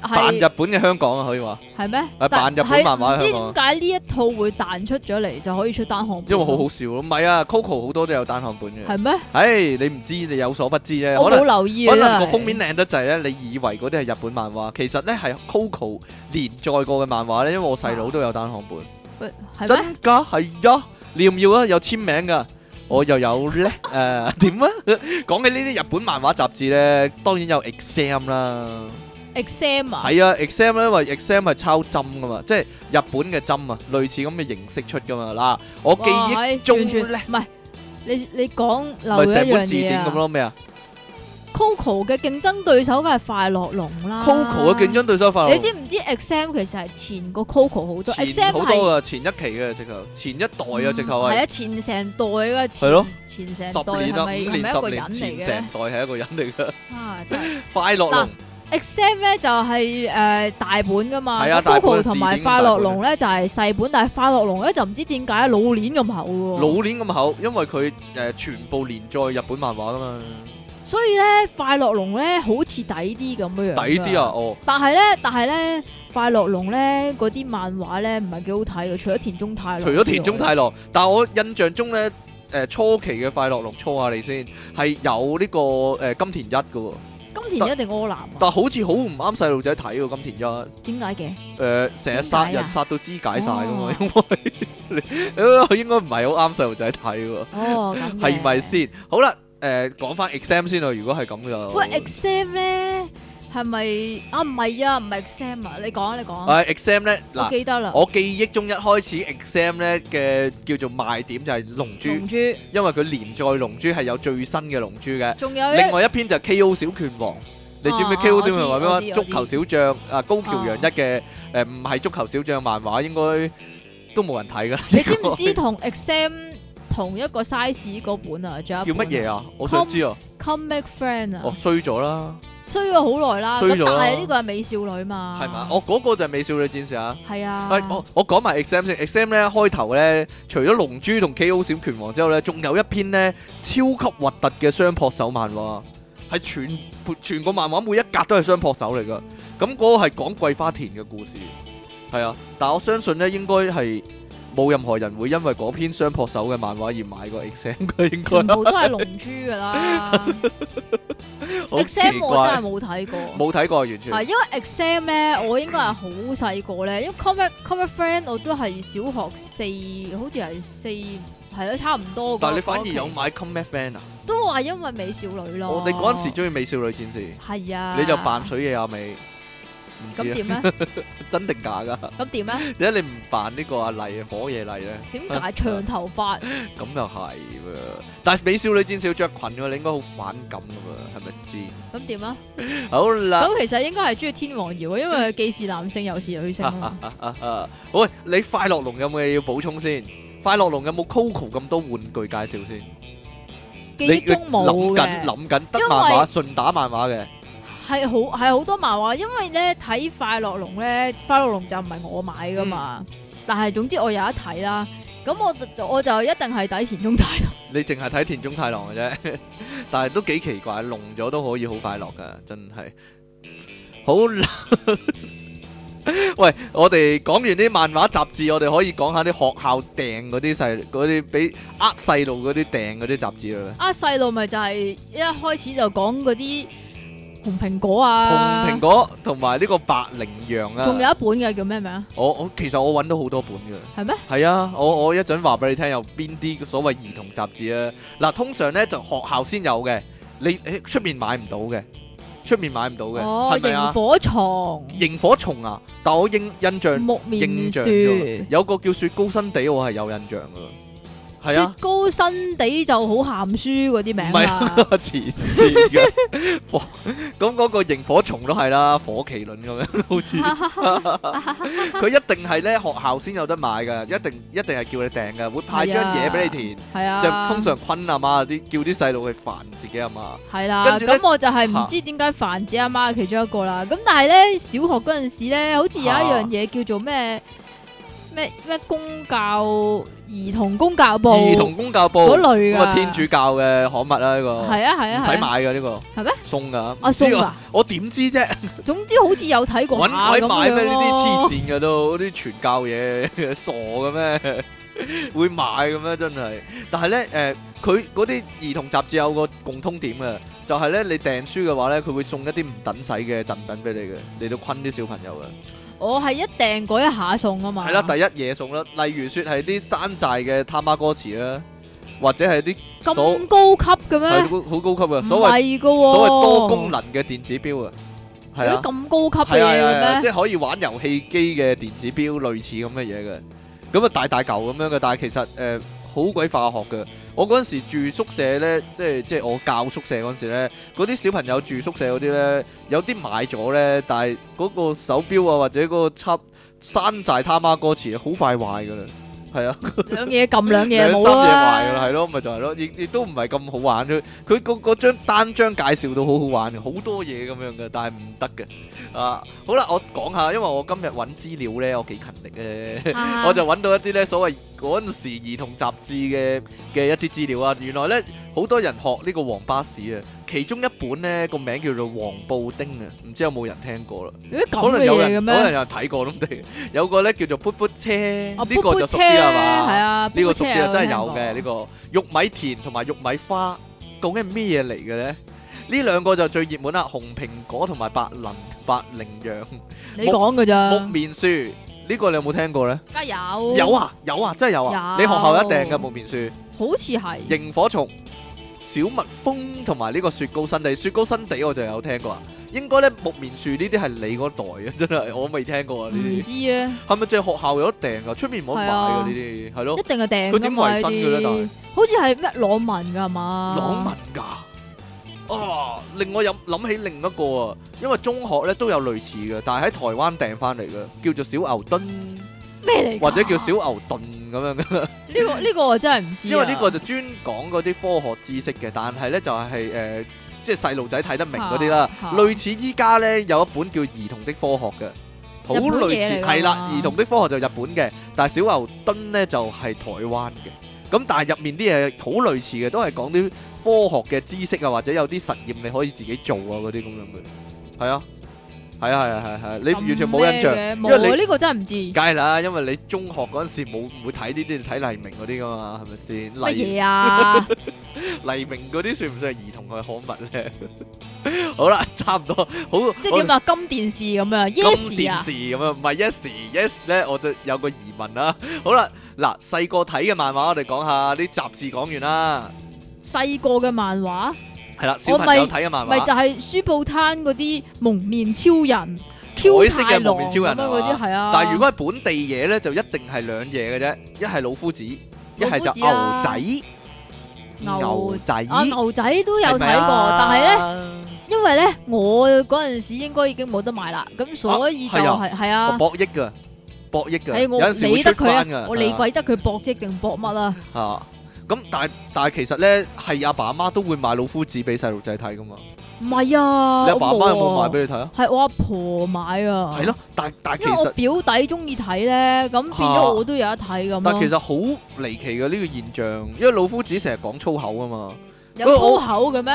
S1: 扮日
S2: 係
S1: 本嘅香港啊，可以話，
S2: 係咩？
S1: 啊
S2: 但
S1: 扮日本
S2: 係
S1: 漫畫
S2: 唔知
S1: 香港
S2: 點解呢一套會彈出咗嚟就可以出單行本？
S1: 因為好好笑咯。唔係啊，Coco 好多都有單行本嘅。
S2: 係咩？
S1: 唉，你唔知，你有所不知啫。
S2: 我
S1: 可能
S2: 冇留意啊！
S1: 可能個
S2: 真係
S1: 封面靚得滯咧，你以為嗰啲係日本漫畫，其實咧係 Coco 連載過嘅漫畫咧，因為我細佬都有單行本。
S2: 喂係咩？
S1: 真噶係呀，你要唔要啊？有簽名噶，我又有 咧。誒點啊？ 講起呢啲日本漫畫雜誌咧，當然有 exam 啦。
S2: exam 啊，
S1: 係啊，exam 咧，因為 exam 係抄針噶嘛，即係日本嘅針啊，類似咁嘅形式出噶嘛。嗱，我記
S2: 哇
S1: 憶
S2: 係
S1: 中
S2: 完全
S1: 咧
S2: 唔係你你講漏
S1: 咪
S2: 咗
S1: 成
S2: 一樣
S1: 本字
S2: 嘢
S1: 典咁
S2: 啊
S1: 咯，咩啊
S2: Coco 嘅競爭對手梗係快樂龍啦
S1: ？Coco 嘅競爭對手快
S2: 你
S1: 樂
S2: 知唔知 exam 其實係前個 Coco 好多
S1: 前
S2: ，exam
S1: 好
S2: 係
S1: 多啊，前一期嘅直頭，前一代啊，直頭
S2: 係
S1: 係
S2: 啊，前成代嘅
S1: 係咯
S2: 前前成代
S1: 十年
S2: 係
S1: 啦，
S2: 咪
S1: 五
S2: 係
S1: 年
S2: 咪一
S1: 十
S2: 個人
S1: 年前
S2: 嚟
S1: 成
S2: 嘅咧？
S1: 代係一個人嚟嘅，
S2: 啊，真係
S1: 快樂龍
S2: 嗱。exam 咧就係誒大本噶嘛
S1: 係啊大本
S2: ，Coco 同埋
S1: 字典
S2: 快樂龍
S1: 大
S2: 咧就係細本，但係快樂龍咧就唔知點解老年咁厚喎，
S1: 老年咁厚，因為佢誒、呃全部連載日本漫畫噶嘛，
S2: 所以咧快樂龍咧好似抵啲咁樣樣㗎
S1: 抵啲啊！！哦，
S2: 但係咧，但係咧，快樂龍咧嗰啲漫畫咧唔係幾好睇嘅，除咗田中太郎之
S1: 除
S2: 外，
S1: 咗田中太郎，但係我印象中咧誒、呃初期嘅快樂龍初下你先係有呢、個誒、呃金田一嘅喎，
S2: 金田一定柯南啊？
S1: 但係好似好唔啱細路仔睇喎金田一。
S2: 點解 嘅？
S1: 誒成日殺
S2: 點解
S1: 人
S2: 啊
S1: 殺到肢解晒噶嘛
S2: 哦，
S1: 因為你 啊應該唔係好啱細路仔睇喎，
S2: 哦，咁嘅
S1: 係咪？先？好啦，誒講翻 exam 先啊，如果係咁就
S2: 喂，exam 咧係咪啊？唔係啊，唔係 exam 啊！你講啊，你講啊，
S1: 誒 exam 咧
S2: 我
S1: 嗱。
S2: 記得啦。
S1: 我記憶中一開始 exam 咧嘅叫做賣點就係龍珠，
S2: 龍珠，
S1: 因為佢連載龍珠係有最新嘅龍珠嘅。
S2: 仲有一
S1: 另外一篇就係 K.O. 小拳王，你知唔知
S2: 啊
S1: K.O. 小拳王
S2: 我
S1: 係
S2: 知
S1: 咩
S2: 我知
S1: 足球小將啊，高橋陽一嘅誒唔係足球小將漫畫，應該都冇人睇㗎啦。
S2: 你知唔
S1: 應
S2: 知同 exam 同一個 size 嗰本啊？仲有
S1: 該叫乜嘢
S2: 啊
S1: 啊？我想知啊！
S2: ？Come Make Friend
S1: 哦
S2: 啊，，
S1: 衰咗啦，
S2: 衰咗好耐啦。
S1: 衰
S2: 咁
S1: 咗
S2: 但
S1: 啦
S2: 係呢個係美少女嘛？
S1: 係嘛？？我哦嗰個就係美少女戰士啊！
S2: 係啊。
S1: 喂，我我講埋 exam 先，exam 咧開頭咧，除咗龍珠同 K.O. 小拳王之後咧，仲有一篇咧超級核突嘅雙撲手漫畫，係全全個漫畫每一格都係雙撲手嚟噶。咁嗰個係講桂花田嘅故事，係啊。但我相信咧，應該係冇任何人會因為嗰篇雙撲手嘅漫畫而買個 exam 嘅， 應
S2: 全
S1: 該
S2: 部都係龍珠 噶啦。
S1: 好
S2: 嗯 exam
S1: 奇
S2: 我真係
S1: 怪。
S2: 冇睇過，
S1: 冇睇過完全
S2: 係因為 exam 咧，我應該係好細個咧，因為 comic comic friend 我都係小學四，好似係四係咯，差唔多嗰。
S1: 但係你反而有
S2: 嗰期
S1: 買 Come Back Fan 啊？
S2: 都話因為美少女咯。
S1: 我哋嗰陣時中意美少女戰士，
S2: 係啊，
S1: 你就扮水野亞美，唔
S2: 咁
S1: 知啊
S2: 點咧？
S1: 真定假㗎？
S2: 咁點咧？
S1: 點解你唔扮呢個阿麗啊火野麗咧？
S2: 點 解長頭髮？
S1: 咁又係喎，但係美少女戰士要着裙喎，你應該好反感噶嘛，係咪
S2: 咁點啊？
S1: 先？好啦，
S2: 咁其實應該係中意天王瑤啊，因為
S1: 嗯
S2: 佢既是男性又是女性啊嘛。
S1: 喂，你快樂龍有冇嘢要補充先？快樂龍有冇 Coco 咁多玩具介紹先？
S2: 記憶中冇
S1: 諗緊
S2: 嘅。
S1: 諗緊得
S2: 因為
S1: 漫畫順打漫畫嘅，
S2: 係好係好多漫畫，因為咧睇快樂龍咧，快樂龍就唔係我買噶嘛，
S1: 嗯
S2: 但係總之我有得睇啦。咁我就我就一定係睇 田中太郎，
S1: 你淨係睇田中太郎嘅啫， 但係都幾奇怪，聾咗都可以好快樂噶，真係好啦。 喂，我哋講完啲漫畫雜誌，我哋可以講下啲學校訂嗰啲細嗰啲俾呃細路嗰啲訂嗰啲雜誌啦。
S2: 啊細路咪就係一開始就講嗰啲紅蘋果
S1: 紅
S2: 啊，
S1: 蘋果同埋呢個白羚羊啊，
S2: 仲有一本嘅叫咩名啊？
S1: 我我其實我揾到好多本嘅。
S2: 係咩？
S1: 係啊，我我一陣話俾你聽有邊啲所謂兒童雜誌啊。嗱，通常咧就學校先有嘅，你誒出面買唔到嘅，出面買唔到嘅，
S2: 哦，
S1: 係咪
S2: 螢
S1: 啊？
S2: 火蟲、
S1: 螢火蟲啊，但我印印象
S2: 木
S1: 印
S2: 面樹
S1: 象、咗有個叫雪糕新地，我係有印象噶。係
S2: 雪
S1: 啊，
S2: 糕新地就好鹹書嗰啲名啊
S1: 唔係 啊
S2: 啦。
S1: 黐線嘅。 哇咁嗰個螢火蟲都係啦，火麒麟咁樣， 好 似。佢一定係咧學校先有得買嘅，一定一定係叫你訂嘅，會派張嘢俾你填，
S2: 係啊，
S1: 就通常坤阿媽啲叫啲細路去煩自己阿媽。
S2: 係啦，
S1: 跟住呢
S2: 咁我就係唔
S1: 嚇
S2: 知點解凡姐阿媽係其中一個啦。咁但係咧，小學嗰陣時咧，好似有一樣嘢叫做咩咩咩公教兒童公教部
S1: 兒童公教
S2: 嗰
S1: 報，
S2: 類
S1: 咁
S2: 㗎，
S1: 啊天主教嘅刊物啦呢個，
S2: 係啊係
S1: 唔
S2: 啊
S1: 使
S2: 係啊
S1: 買嘅呢個，
S2: 係咩？
S1: 送㗎，唔
S2: 啊送
S1: 知我
S2: 㗎，
S1: 我點知 啫？
S2: 總之好似有睇過
S1: 搵鬼
S2: 下咁
S1: 買咩？
S2: 樣
S1: 呢啲黐
S2: 咯。
S1: 線嘅都，啲傳教嘢 傻嘅咩？會買嘅咩？真係。但係咧，誒、佢嗰啲兒童雜誌有個共通點嘅，就係、呢：咧，你訂書嘅話咧，佢會送一啲唔等使嘅贈品俾你嘅，嚟到坤啲小朋友嘅。
S2: 我係一訂嗰一下送啊嘛。
S1: 係啦、第一嘢送啦，例如説係啲山寨嘅他媽歌詞啦，或者係啲所
S2: 咁高級嘅
S1: 係
S2: 咩？
S1: 好好高級嘅
S2: 唔
S1: 所謂
S2: 係嘅喎，
S1: 所謂多功能嘅電子錶啊，係
S2: 有
S1: 啊
S2: 啲。咁高級嘅
S1: 係啊
S2: 嘢
S1: 係啊係啊
S2: 嘅
S1: 即
S2: 咩？
S1: 係可以玩遊戲機嘅電子錶，類似咁嘅嘢嘅。咁啊大大嚿咁樣嘅，但係其實誒好鬼化學嘅。我嗰陣時住宿舍咧，即係即係我教宿舍嗰陣時咧，嗰啲小朋友住宿舍嗰啲咧，有啲買咗咧，但係嗰個手錶啊或者嗰個插山寨他媽歌詞好快壞㗎啦，係啊。
S2: 兩嘢撳兩嘢
S1: 兩
S2: 冇啊
S1: 三嘢壞噶啦，
S2: 啦。
S1: 係咯，咪就係咯，亦亦都唔係咁好玩啫。佢嗰嗰張單張介紹到好好玩嘅，好多嘢咁樣嘅，但係唔得嘅。啊，好啦，我講下，因為我今日揾資料咧，我幾勤力咧。
S2: 啊
S1: 我就揾到一啲咧所謂嗰陣時兒童雜誌嘅嘅一啲資料啊，原來咧好多人學呢個黃巴士啊，其中一本咧個名叫做黃布丁啊，唔知有冇人聽過啦？
S2: 有啲
S1: 可
S2: 咁
S1: 能
S2: 嘅啊
S1: 有
S2: 嘢嘅
S1: 人，可能
S2: 咩？
S1: 有人睇過咁地，有個咧叫做噗噗車，
S2: 啊
S1: 呢
S2: 噗
S1: 個
S2: 噗
S1: 就熟
S2: 車
S1: 啲啦嘛，
S2: 係啊，
S1: 呢個
S2: 個
S1: 熟啲啊，真係有嘅呢個玉米田同埋玉米花，究竟係咩嘢嚟嘅咧？呢兩個就最熱門啦，紅蘋果同埋白林白羚羊、
S2: 你講嘅咋？
S1: 木棉樹，呢個你有冇聽過咧？
S2: 梗係有
S1: 有，啊有啊，真係有啊！你
S2: 有
S1: 學校一定嘅木棉樹、
S2: 好似係
S1: 螢火蟲、小蜜蜂同埋呢個雪糕新地，雪糕新地我就有聽過啊。應該咧木棉樹呢啲係你嗰代啊，真係我未聽過啊呢啲。
S2: 唔知啊，
S1: 係咪即係學校有得訂㗎？出面冇得買
S2: 係啊
S1: 㗎呢啲，係咯
S2: 一。定係訂
S1: 佢
S2: 㗎
S1: 點
S2: 嘛
S1: 維生嘅咧
S2: 呢
S1: 但
S2: 啲
S1: 係
S2: 好似係咩朗文㗎係嘛？
S1: 朗文㗎。啊！令我諗諗起另一個啊，因為中學咧都有類似嘅，但係喺台灣訂翻嚟嘅，叫做小牛頓
S2: 咩嚟㗎？
S1: 或者叫小牛頓咁 樣嘅，
S2: 呢個呢個我真係唔知啊。
S1: 因為呢個就專講嗰啲科學知識嘅，但係咧就係、誒、即係細路仔睇得明嗰啲啦，
S2: 嚇嚇
S1: 類似依家咧有一本叫《兒童的科學》嘅。好
S2: 日本嘢
S1: 類
S2: 嚟㗎
S1: 似
S2: 嘛啊
S1: 係啦，兒童的科學就日本嘅，但係小牛頓咧就係、台灣嘅。咁但係入面啲嘢好類似嘅，都係講啲科學嘅知識啊，或者有啲實驗你可以自己做啊嗰啲咁樣嘅。係啊，係啊，係啊，係啊係啊，你
S2: 咁
S1: 完全冇印象，
S2: 咩嘅
S1: 因為
S2: 冇啊
S1: 你
S2: 呢個真係唔知
S1: 梗係啦，因為你中學嗰陣時冇唔會睇呢啲，你睇黎明嗰啲噶嘛，係咪
S2: 乜
S1: 先？黎
S2: 嘢啊？
S1: 黎明嗰啲算唔算係兒童嘅刊物咧？ 好啦，差唔多，好
S2: 即係點啊？金電視咁樣
S1: 金
S2: ，yes
S1: 電
S2: 啊
S1: 視咁樣，唔係 yes yes 咧，我就有個疑問啦。好啦，嗱細個睇嘅漫畫，我哋講下啲雜誌講完啦，
S2: 細個嘅漫畫，
S1: 係啦，小朋友睇嘅漫
S2: 咪就
S1: 畫，
S2: 係書報攤嗰啲蒙面超人、Q
S1: 海色
S2: 太
S1: 嘅
S2: 郎
S1: 蒙面
S2: 咁
S1: 超
S2: 樣
S1: 人
S2: 嗰啲
S1: 係嘛
S2: 係啊。
S1: 但係如果係本地嘢咧，就一定係兩嘢嘅啫，一係老夫子，一係就牛仔，牛
S2: 啊牛
S1: 仔，
S2: 啊牛仔都有
S1: 係
S2: 睇過，
S1: 咪啊
S2: 但係咧，因為咧我嗰陣時應該已經冇得買啦，咁所以就
S1: 啊係啊
S2: 係係
S1: 我
S2: 啊。
S1: 博益㗎，博益㗎，
S2: 係
S1: 有
S2: 我
S1: 陣時會
S2: 理得
S1: 出
S2: 佢
S1: 翻
S2: 啊
S1: 㗎，，
S2: 我理
S1: 係啊
S2: 鬼得佢搏擊定搏乜啊？
S1: 吓。咁但係但係其實咧係阿爸阿媽都會買老夫子俾細路仔睇噶嘛，
S2: 唔係啊，
S1: 你阿爸阿媽有冇買
S2: 我啊？
S1: 俾你睇啊？
S2: 係我阿婆買啊。
S1: 係咯，但但其
S2: 因為我
S1: 實
S2: 表弟中意睇咧，咁變咗我都有得睇咁
S1: 但
S2: 咯
S1: 其。實好離奇嘅呢個現象，因為老夫子成日講粗口啊嘛，
S2: 有粗口嘅咩？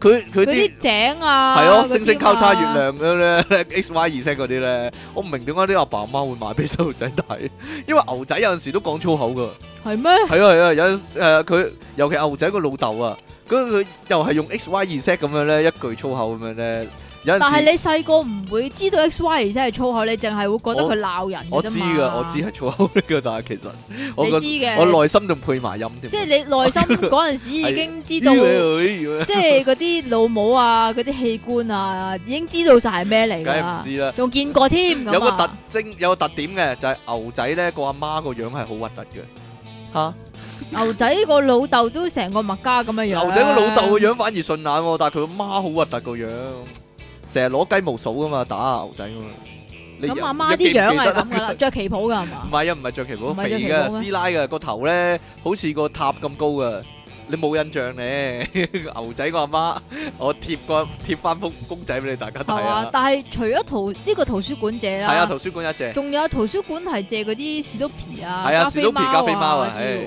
S1: 佢佢
S2: 嗰
S1: 啲
S2: 啲井啊，
S1: 係咯
S2: 嗰啲嘛啊
S1: 星星交叉月。亮嗰啲咧 X Y 二 set 嗰啲咧，我唔明點解啲阿爸阿媽會買俾細路仔睇，因為牛仔有陣時都講粗口噶，
S2: 係咩？
S1: 係啊係啊，有誒佢尤其牛仔個老豆啊，咁佢又係用 X Y 二 set 咁樣咧一句粗口咁樣咧，有
S2: 但
S1: 陣
S2: 係
S1: 時
S2: 你細個唔會知道 X Y 而且係粗口，你淨係會覺得佢鬧人
S1: 我
S2: 嘅
S1: 知
S2: 啫
S1: 噶，
S2: 嘛
S1: 我知係粗口嚟噶，但係其實我個
S2: 你知嘅。
S1: 我內心仲配埋音添，
S2: 即係你內心嗰陣時已經知 道，
S1: 道，
S2: 即係嗰啲老母啊、嗰啲器官啊，已經知道晒係咩嚟
S1: 梗
S2: 㗎
S1: 係唔
S2: 啦，
S1: 知啦。
S2: 仲見過添咁啊
S1: 有個特徵，有個特點嘅就係、牛仔咧個阿媽個樣係好核突嘅，嚇、
S2: 牛仔個老豆都成個麥家咁嘅樣。
S1: 牛仔個老豆個樣反而順眼喎，但係佢阿媽好核突個樣，成日攞雞毛掃噶嘛，打下牛仔咁嘛。你
S2: 咁阿
S1: 你
S2: 媽
S1: 記唔記
S2: 啲
S1: 得
S2: 樣係 咁㗎啦，着旗袍㗎係
S1: 唔
S2: 嘛？
S1: 係啊，唔係着旗袍
S2: 唔係
S1: 肥
S2: 着旗
S1: 嘅
S2: 袍咩
S1: 師奶嘅個頭咧，好似個塔咁高嘅，你冇印象咧， 牛仔個阿媽，我貼個貼翻幅公仔俾你大家睇
S2: 係嘛
S1: 啊？。
S2: 但係除咗圖呢個圖書館借
S1: 係啊，
S2: 啦
S1: 圖，書館一隻。
S2: 仲有圖書館係借嗰啲史多皮啊、
S1: 係啊
S2: 加菲
S1: 史多皮
S2: 貓
S1: 加菲貓啊
S2: 嗰啲嘅
S1: 唉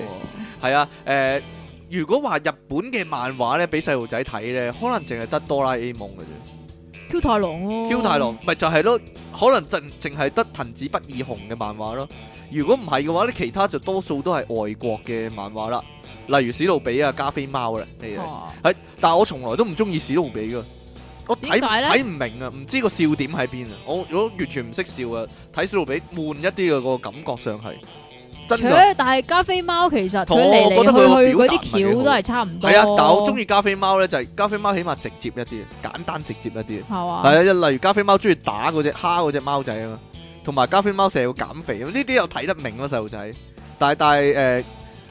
S1: 係啊，誒、如果話日本嘅漫畫咧，俾細路仔睇咧，可能淨係得哆啦 A 夢嘅啫。
S2: 喎 Q 太郎咯哦
S1: Q 太郎咪就係咯，可能淨淨係得藤子不二雄嘅漫畫咯。如果唔係嘅話咧，其他就多數都係外國嘅漫畫啦，例如史努比啊、加菲貓啦呢啲。
S2: 啊
S1: 係，但我從來都唔中意史努比噶，我睇
S2: 點解呢
S1: 睇唔明啊，唔知個笑點喺邊啊，我我完全唔識笑啊，睇史努比悶一啲嘅個感覺上係真㗎。
S2: 切但係加菲貓其實
S1: 同
S2: 佢
S1: 我
S2: 嚟
S1: 覺得佢個
S2: 嚟
S1: 表
S2: 去去嗰
S1: 達唔係幾好
S2: 啲橋都係差唔多。
S1: 係啊，但我中意加菲貓咧，就係、加菲貓起碼直接一啲，簡單直接一啲。
S2: 係嘛？
S1: 係啊，例如加菲貓中意打嗰只蝦嗰只貓仔啊嘛，同埋加菲貓成日要減肥，啊呢啲又睇得明啊咯細路仔。但係但係誒、呃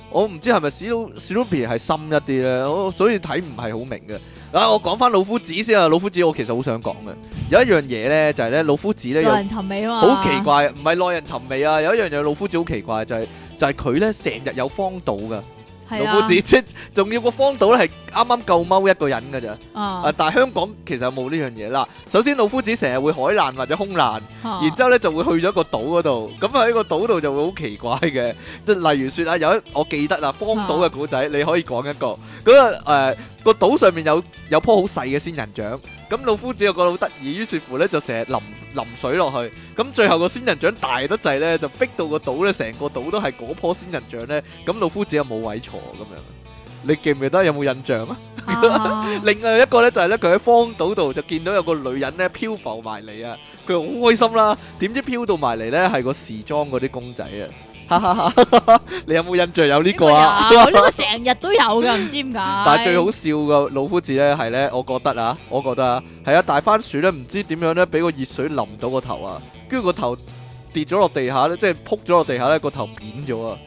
S1: 我唔知係咪史努史努比係深一啲咧，我所以睇唔係好明嘅。啊，我講翻老夫子先啊，老夫子我其實好想講嘅，有一樣嘢咧就係、咧老夫子咧有
S2: 耐人尋味啊嘛。
S1: 好奇怪，唔係耐人尋味啊！有一樣嘢老夫子好奇怪就係、就係佢咧成日有荒島噶。
S2: 怪
S1: 老夫子即仲要個荒島咧係啱啱夠踎一個人嘅咋，啊
S2: 啊！
S1: 但係香港其實有冇呢樣嘢啦。首先老夫子成日會海難或者空難，然之後
S2: 後
S1: 咧就會去咗個島嗰度，咁喺個島度就會好奇怪嘅。即係例如説啊，有一我記得啦，荒島嘅古仔，你可以講一個。嗰個誒個島上面有有棵好細嘅仙人掌，咁老夫子又覺得好得意，於是乎咧就成日淋淋水落去，咁最後個仙人掌大得滯咧，就逼到個島咧，成個島都係嗰棵仙人掌咧，咁老夫子又冇位坐咁樣。你記唔記得有冇印象啊？
S2: 啊
S1: 另外一個咧就係咧，佢喺荒島度就見到有個女人咧漂浮埋嚟啊，佢好開心啦。點知漂到埋嚟咧係個時裝嗰啲公仔啊！哈哈哈！你有冇印象有呢
S2: 呢
S1: 個啊？
S2: 有呢個成日都有㗎，唔知點解。
S1: 但係最好笑嘅老夫子咧係咧，我覺得啊，我覺得啊，係啊，大番薯咧唔知點樣咧，俾個熱水淋到個頭啊，跟住個頭跌咗落地下咧，即係撲咗落地下咧，個頭扁咗啊！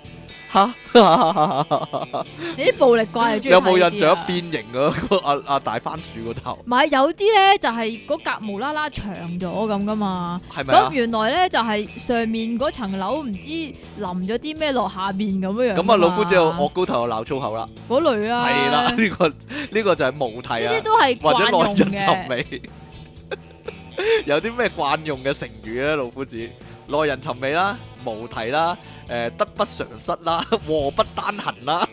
S1: 哈哈哈哈哈！
S2: 你啲暴力怪係中意
S1: 有冇
S2: 睇呢啲啊
S1: 印象變形啊？個阿阿大番薯個頭
S2: 唔係有啲咧就係嗰格無啦啦長咗咁噶嘛。
S1: 係咪啊
S2: 咁？原來咧就係上面嗰層樓唔知淋咗啲咩落下面咁樣樣㗎
S1: 咁
S2: 嘛。
S1: 啊，老夫子又惡高頭又鬧粗口啦，
S2: 嗰類啦。
S1: 係啦，
S2: 呢
S1: 呢個呢個就係無題啊
S2: 啲，都 係
S1: 或者
S2: 慣
S1: 耐
S2: 用
S1: 人尋
S2: 嘅。
S1: 味。 有啲咩慣用嘅成語咧，老夫子耐人尋味啦，無題啦，誒得不償失啦， 禍不單行啦，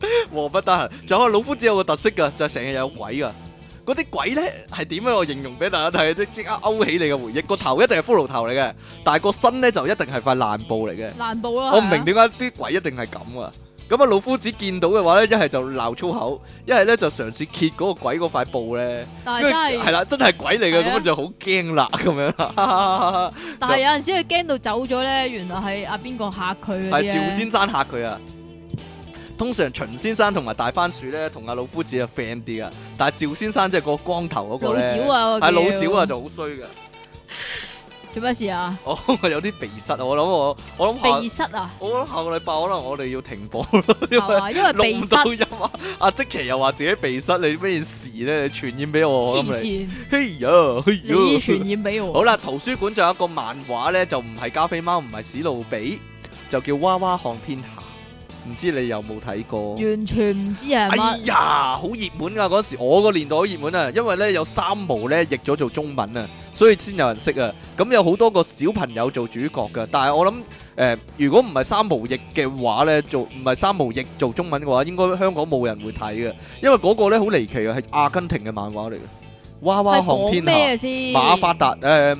S1: 禍不單行。仲有老夫子有個特色㗎，就係成日有鬼㗎。嗰啲鬼咧係點樣？我形容俾大家睇，即即刻勾起你嘅回憶。個頭一定係骷髏頭嚟嘅，但係個身咧就一定係塊爛布嚟嘅。
S2: 難步啦。
S1: 我唔明點
S2: 點。
S1: 解啲鬼一定係咁啊！咁啊，老夫子見到嘅話咧，一係就鬧粗口，一係咧就嘗試揭嗰個鬼嗰塊布咧，
S2: 但
S1: 跟
S2: 係
S1: 住
S2: 啊真係，
S1: 啦，真係鬼嚟嘅，
S2: 係啊
S1: 咁就好驚啦，咁 樣啦，
S2: 但係有陣時佢驚到走咗咧，原來係啊阿邊個嚇佢嗰啲
S1: 係
S2: 咧
S1: 趙先生嚇佢啊！通常秦先生同埋大番薯咧，同阿老夫子啊 friend 啲啊，但係趙先生即係個光頭嗰個
S2: 老
S1: 咧，
S2: 趙啊，
S1: 係老
S2: 趙
S1: 趙啊，就好衰噶，
S2: 做咩事啊？
S1: 我 我有啲鼻塞，啊我諗我我諗
S2: 鼻
S1: 下
S2: 塞啊，
S1: 我諗下個禮拜可能我哋要停播咯，因為
S2: 係。 嘛？因為
S1: 錄
S2: 鼻
S1: 唔
S2: 塞
S1: 到音啊！阿即奇又話自己鼻塞，你咩事咧？你傳染俾我，我
S2: 黐
S1: 諗你。
S2: 線，
S1: 嘿呀，嘿
S2: 你
S1: 呀！
S2: 傳染俾 我。
S1: 好啦，圖書館仲有一個漫畫咧，就唔係加菲貓，唔係史努比，就叫《娃娃看天下》。唔知你有冇睇過？
S2: 完全唔知係
S1: 哎
S2: 乜，
S1: 呀，好熱門噶嗰時，我個年代好熱門啊，因為咧有三毛咧譯咗做中文啊，所以先有人識啊。咁有好多個小朋友做主角噶，但係我諗誒、呃如果唔係三毛譯嘅話咧，做唔係三毛譯做中文嘅話，應該香港冇人會睇嘅，因為嗰個咧好離奇啊，係阿根廷嘅漫畫嚟嘅，娃娃
S2: 係
S1: 航
S2: 講
S1: 天
S2: 咩
S1: 下
S2: 先？
S1: 馬發達誒。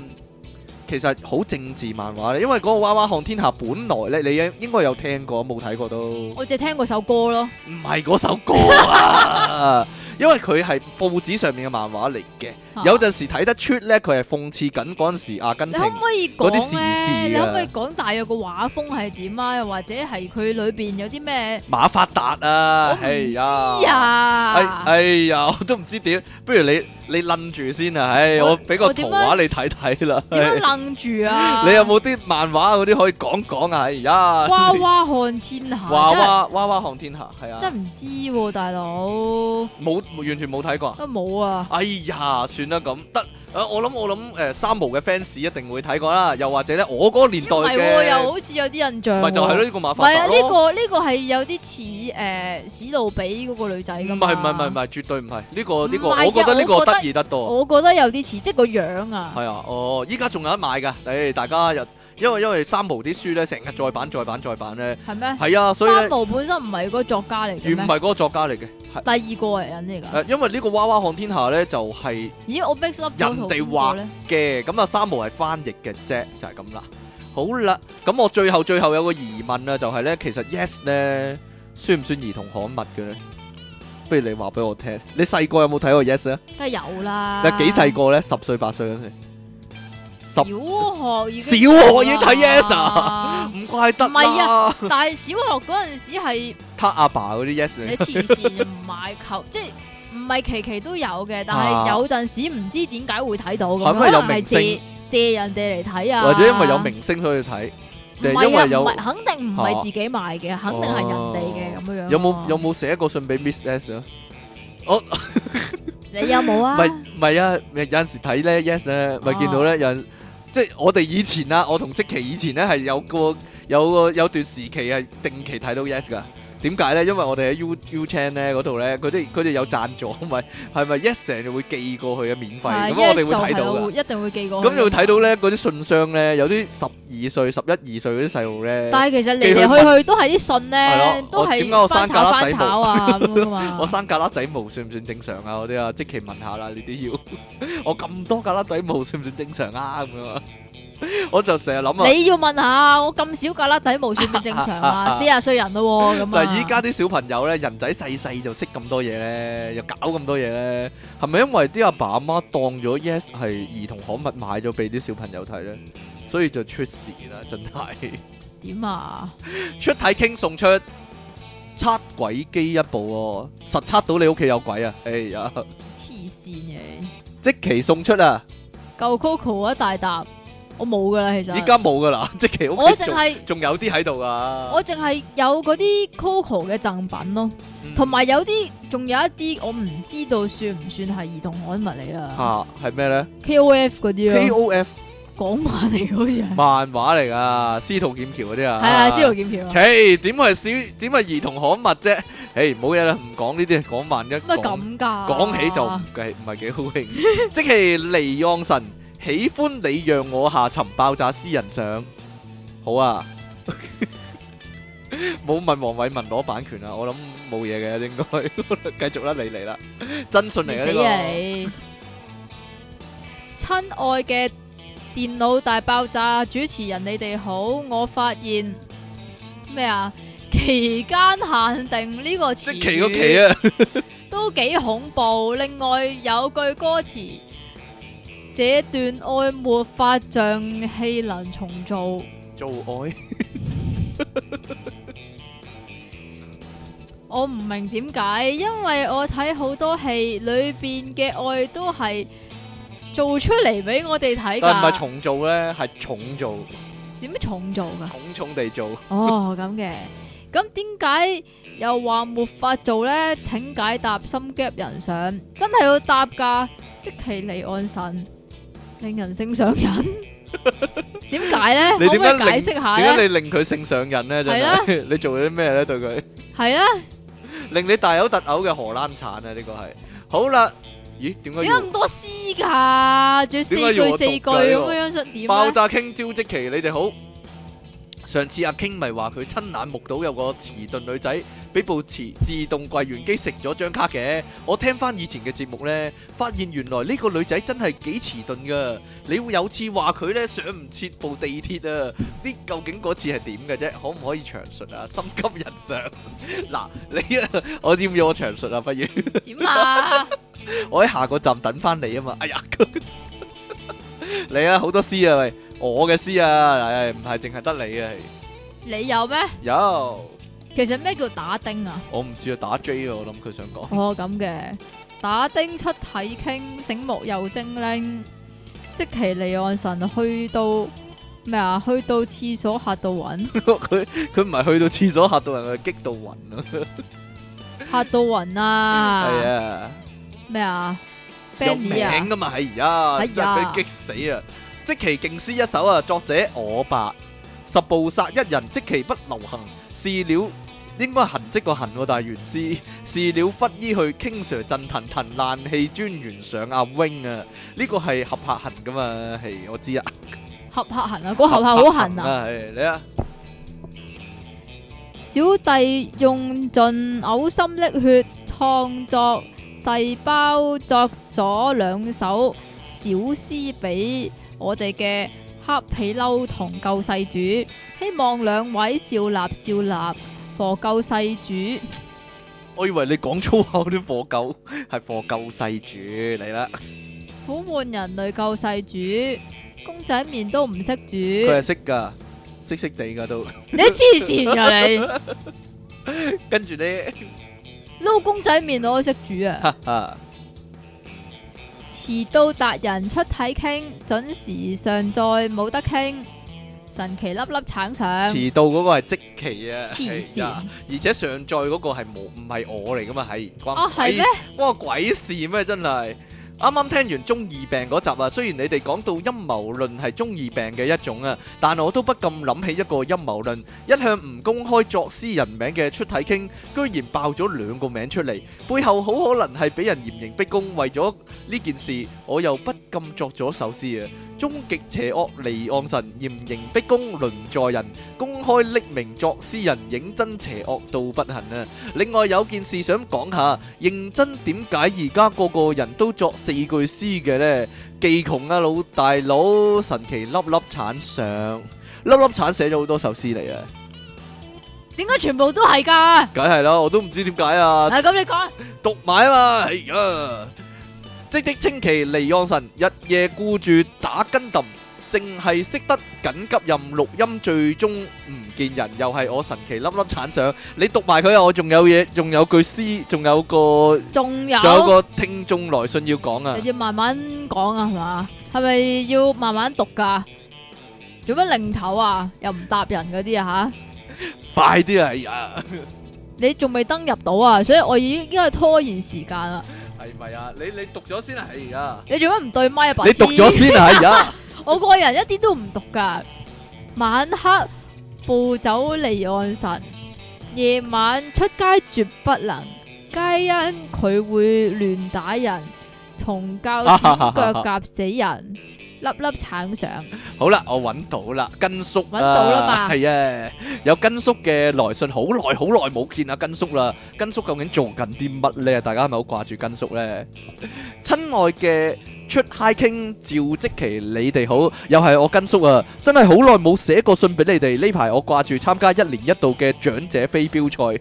S1: 其實好政治漫畫咧，因為嗰個《娃娃看天下》本來咧，你應應該有聽過，冇睇過都。
S2: 我淨係聽過首歌咯，
S1: 唔係嗰首歌 啊，因為佢係報紙上面嘅漫畫嚟嘅，
S2: 啊
S1: 有陣時睇得出咧，佢係諷刺緊嗰陣時阿根
S2: 你
S1: 廷
S2: 可唔可以
S1: 嗰啲
S2: 講
S1: 時
S2: 咧？
S1: 事
S2: 你
S1: 啊
S2: 可唔可以講大約個畫風係點啊？又或者係佢裏邊有啲咩？
S1: 馬發達
S2: 我
S1: 啊
S2: 唔，
S1: 哎
S2: 知
S1: 呀，哎
S2: 啊！
S1: 哎呀，我都唔知點，不如你你擸住先啊，唉，
S2: 我
S1: 我俾個
S2: 我
S1: 圖
S2: 點樣
S1: 畫你睇睇啦，哎
S2: 點樣楞住啊？
S1: 你有冇啲漫畫嗰啲可以講講啊？哎呀，
S2: 娃娃看天下？
S1: 娃
S2: 真係
S1: 娃娃娃看天下，係啊，
S2: 真係唔知喎，大佬
S1: 冇完全冇睇過啊。
S2: 都冇啊！
S1: 哎呀，算啦咁，得啊，我諗我諗誒三毛嘅 fans 一定會睇過啦，又或者咧我嗰個年
S2: 咦唔係喎，
S1: 代嘅
S2: 又，好似有啲印象喎。
S1: 咪就係咯呢個馬
S2: 唔
S1: 法
S2: 係啊，
S1: 達
S2: 呢
S1: 咯。
S2: 個呢個係有啲似誒史努比嗰個女仔
S1: 唔
S2: 咁。
S1: 係
S2: 啊
S1: 唔係唔係唔，係，絕對唔係呢個呢個，
S2: 唔係啊
S1: 我覺得呢個
S2: 我覺得
S1: 得意得多。
S2: 我覺得有啲似，即係個樣啊。
S1: 係啊，哦，依家仲有得買㗎，誒，大家又因為因為三毛啲書咧，成日再版再版再版咧，
S2: 係咩？
S1: 係啊，所以
S2: 三
S1: 咧，
S2: 毛本身唔係嗰個作家嚟
S1: 原
S2: 嘅
S1: 唔
S2: 咩？
S1: 係嗰個作家嚟嘅，係
S2: 第二個係人嚟㗎。
S1: 誒，因為呢個娃娃看天下咧就係
S2: 咦，我 mix up 咗
S1: 人
S2: 同
S1: 哋
S2: 邊
S1: 畫
S2: 個咧？
S1: 嘅，咁啊三毛係翻譯嘅啫，就係咁啦。好啦，咁我最後最後有個疑問啊，就係咧，其實 Yes 咧算唔算兒童刊物嘅咧？不如你話俾我聽，你細個有冇睇過 Yes 啊？
S2: 梗係有啦。
S1: 你幾細個咧？十歲八歲嗰時，
S2: 小學已經
S1: 小學已經
S2: 有啦
S1: 睇 Yes 啊？唔怪得
S2: 唔係
S1: 啦
S2: 啊， 但係小學嗰陣時係
S1: 他阿爸嗰啲 Yes
S2: 你
S1: 嚟
S2: 慈善唔買球，即係唔係期期都有嘅，但
S1: 啊
S2: 係有陣時唔知點解會睇到
S1: 係
S2: 咁樣，
S1: 因為有
S2: 可能係
S1: 明星
S2: 借借人哋嚟睇啊，
S1: 或者因為有明星所以睇，
S2: 唔
S1: 定
S2: 係
S1: 係
S2: 啊，
S1: 因為有
S2: 唔係肯定唔係自己買嘅，肯定係人哋嘅咁樣樣。
S1: 有冇有？冇寫過信俾 Miss S 啊？
S2: 你有冇啊？
S1: 咪咪啊！咪有陣時睇咧 Yes 咧，咪見到咧有人，即係我哋以前啊，我同即期以前咧係有個有個有段時期係定期睇到 Yes 噶。點解咧？因為我哋喺 U U Chain 咧嗰度咧，佢哋佢哋有贊助，咪係咪 Yes 成日會寄過去嘅免費，
S2: 係
S1: 咁
S2: yes，
S1: 我哋會睇到
S2: 就係
S1: 噶
S2: 會。一定會記過。
S1: 咁你會睇到。咧嗰啲信箱咧，有啲十二歲、十一二歲嗰啲細路咧。
S2: 但係其實
S1: 寄
S2: 嚟
S1: 去
S2: 嚟去去都係啲信
S1: 係
S2: 咧
S1: 咯，
S2: 都
S1: 我點解我
S2: 係翻
S1: 生架
S2: 炒翻
S1: 底毛
S2: 炒啊咁樣噶
S1: 我
S2: 嘛。
S1: 生格拉底毛算唔算正常啊？嗰啲啊，即其問下啦，呢啲要 我咁多格拉底毛算唔算正常啊？ 咁樣啊，我就成日諗啊，
S2: 你要問下我咁少格拉底毛算唔算正常 啊？四廿歲人咯喎，咁
S1: 就
S2: 啊。
S1: 係依家啲小朋友咧，人仔細細就識咁多嘢咧，又搞咁多嘢咧，係咪因為啲阿爸阿媽當咗 yes 係兒童刊物買咗俾啲小朋友睇咧，所以就出事啦，真係
S2: 點啊？
S1: 出體傾送出。測鬼機一部喎、實測到你屋企有鬼啊！哎呀，
S2: 黐線嘅，
S1: 即期送出啊！
S2: 夠 Coco 一大沓，我冇噶啦，其實。
S1: 依家冇噶啦，即期屋
S2: 我
S1: 企
S2: 淨
S1: 仲
S2: 係
S1: 仲有啲喺度啊。
S2: 我淨係有嗰啲 Coco 嘅贈品咯，
S1: 嗯
S2: 同埋有啲仲有一啲我唔知道算唔算係兒童刊物嚟啦
S1: 吓係咩咧
S2: ，KOF 嗰啲咯，
S1: ？KOF
S2: 港漫嚟嘅 好似係，係
S1: 漫畫嚟噶，司徒劍橋嗰啲啊。
S2: 啊，司徒劍橋啊，
S1: 切點係小點係兒童刊物啫？誒冇嘢啦，唔講呢啲，講萬一
S2: 乜
S1: 講
S2: 咁噶？
S1: 講起就唔計唔係幾好興。 即係離岸神喜歡你讓我下沉爆炸私人相，好啊！ 冇問黃偉文攞版權啊，我諗冇嘢嘅應該， 繼續啦，你嚟啦，真信嚟
S2: 你
S1: 嘅
S2: 死
S1: 呢個。
S2: 啊你！親愛嘅電腦大爆炸主持人，你哋好，我發現咩啊？期間限定呢個詞
S1: 即
S2: 語
S1: 期個期啊！
S2: 都幾恐怖。另外有句歌詞：這段愛沒法像氣能重做。
S1: 做愛
S2: 我唔明點解，因為我睇好多戲裏邊嘅愛都係做出嚟俾我哋睇
S1: 但唔係
S2: 㗎。
S1: 重做咧，係重做，
S2: 點樣重做㗎？
S1: 重重地做。
S2: 哦，咁嘅。咁點解又話沒法做呢？請解答心急人上，真係要答噶，即其離岸神，令人性上 癮。點解呢？
S1: 你
S2: 可
S1: 點
S2: 唔可
S1: 樣
S2: 以解
S1: 令
S2: 釋下
S1: 點解
S2: 呢？
S1: 你令佢性上癮咧？真
S2: 啊係啦
S1: 係 你做咗啲咩咧？對佢
S2: 係啊，
S1: 令你大有特有嘅荷蘭產啊！呢個係好啦。咦？點解
S2: 點解
S1: 要
S2: 咁多詩噶？仲要四
S1: 點解要
S2: 句
S1: 我
S2: 四句
S1: 讀佢
S2: 咁
S1: 喎
S2: 樣想點
S1: 爆
S2: 呢？
S1: 炸傾招積期？你哋好。上次阿傾咪話佢親眼目睹有個遲鈍女仔俾部遲自動櫃員機食咗張卡嘅。我聽翻以前嘅節目呢，發現原來呢個女仔真係幾遲鈍噶。你會有次話佢呢上唔切部地鐵啊？呢究竟嗰次係點嘅啫？可唔可以詳述啊？心急人上 嗱，你啊，我要唔要我詳述啊？不如
S2: 點啊？
S1: 我喺下個站等翻你啊嘛。哎呀， 你啊好多詩啊喂，我嘅詩啊，唉唔係淨係得你啊，
S2: 你有咩？
S1: 有
S2: 其實咩叫打丁啊？
S1: 我唔知啊打 J 啊，我諗佢想講。
S2: 哦，咁嘅打丁出體傾，醒目又精靈，即其離岸神去到咩啊？去到廁所嚇到暈，
S1: 佢佢唔係去到廁所嚇到人，佢係激到暈啊！
S2: 嚇到暈
S1: 係
S2: 啊！
S1: 啊，
S2: 咩啊？
S1: 有
S2: Benny 啊
S1: 名噶嘛，係而
S2: 哎
S1: 家真係
S2: 呀
S1: 俾激死啊！即其勁詩一首啊，作者我吧，十步殺一人，即其不留行，事了應該痕跡個痕喎，但係原詩 事了忽衣去，King Sir 震騰騰，爛氣專員上阿 wing 啊，呢個係合拍痕噶嘛，係我知啊，
S2: 合拍痕啊，嗰合拍好痕啊！，
S1: 係你啊，
S2: 小弟用盡嘔心沥血創作細胞，作咗兩首小詩俾我哋嘅黑皮褸同救世主，希望兩位笑納笑納和救世主。
S1: 我以為你講粗口啲火狗 係火狗世主嚟啦，
S2: 苦悶人類救世主，公仔麵都唔識煮，
S1: 佢係識噶，識識地噶都，
S2: 你都黐線㗎
S1: 跟住咧，
S2: 你，撈公仔麵我都識煮啊！
S1: 哈哈。
S2: 遲到達人出體傾，準時上載冇得傾，神奇粒粒橙上，
S1: 遲到嗰個係即期啊，
S2: 嗯黐
S1: 係
S2: 線
S1: 啊而且上載嗰個係冇唔係我嚟噶嘛，係關
S2: 啊係咩？
S1: 關我鬼事咩？真係啱啱聽完中二病嗰集啊，雖然你哋講到陰謀論係中二病嘅一種啊，但我都不禁諗起一個陰謀論，一向唔公開作私人名嘅出體傾，居然爆咗兩個名出嚟，背後好可能係俾人嚴刑逼供，為咗呢件事，我又不禁作咗首詩啊！終極邪惡離岸神，嚴刑逼供輪在人，公開匿名作詩人，認真邪惡到不行啊！另外有件事想講下，認真點解而家個個人都作四句詩嘅呢？技窮啊老大佬，神奇粒粒橙上，粒粒橙寫咗好多首詩嚟啊！
S2: 點解全部都係㗎？
S1: 梗係啦，我都唔知點解啊！
S2: 係咁你講，
S1: 讀埋啊嘛，哎呀！即即清奇離岸神，日夜顧住打跟揼，淨係識得緊急任錄音，最終唔見人，又係我神奇粒粒產上。你讀埋佢啊！我仲有嘢，仲有句詩，仲有個
S2: 仲 有
S1: 仲有個聽眾來信要講啊
S2: 你！要慢慢講啊，係嘛？係咪要慢慢讀㗎？做乜擰頭啊？又唔答人嗰啲啊吓？
S1: 快啲啊！哎呀，
S2: 你仲未登入到啊？所以我已經應該拖延時間啦。
S1: 係咪啊？你你讀咗先啊！哎呀，
S2: 你做乜唔對咪啊？白
S1: 你讀
S2: 痴
S1: 咗先啊！哎 呀，
S2: 我個人一啲都唔讀噶。晚黑步走離岸神，夜晚出街絕不能，皆因佢會亂打人，從教剪腳夾死人，粒粒橙上。
S1: 好啦，我揾到啦，根叔
S2: 揾到啦嘛
S1: 係啊，有根叔嘅來信，好耐好耐冇見啊，根叔啦，根叔究竟做緊啲乜呢？大家係咪好掛住根叔呢？ 親愛嘅出 high king 趙積奇，你哋好，又係我根叔啊！真係好耐冇寫過信俾你哋，呢排我掛住參加一年一度嘅長者飛鏢賽。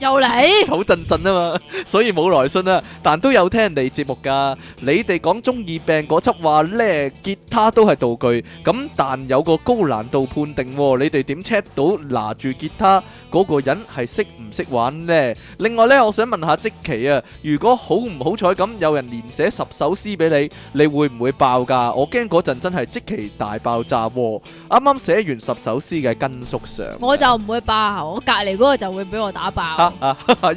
S2: 又嚟，
S1: 好震震啊嘛， 所以冇來信啊，但都有聽你節目噶。你哋講中二病嗰輯話呢，吉他都係道具，咁但有個高難度判定喎，你哋點 check 到拿住吉他嗰個人係識唔識玩呢？另外呢，我想問下即奇啊，如果好唔好彩咁有人連寫十首詩俾你，你會唔會爆㗎？我驚嗰陣真係即奇大爆炸喎！啱啱寫完十首詩嘅根叔上，
S2: 我就唔會爆，我隔離嗰個就會俾我打爆。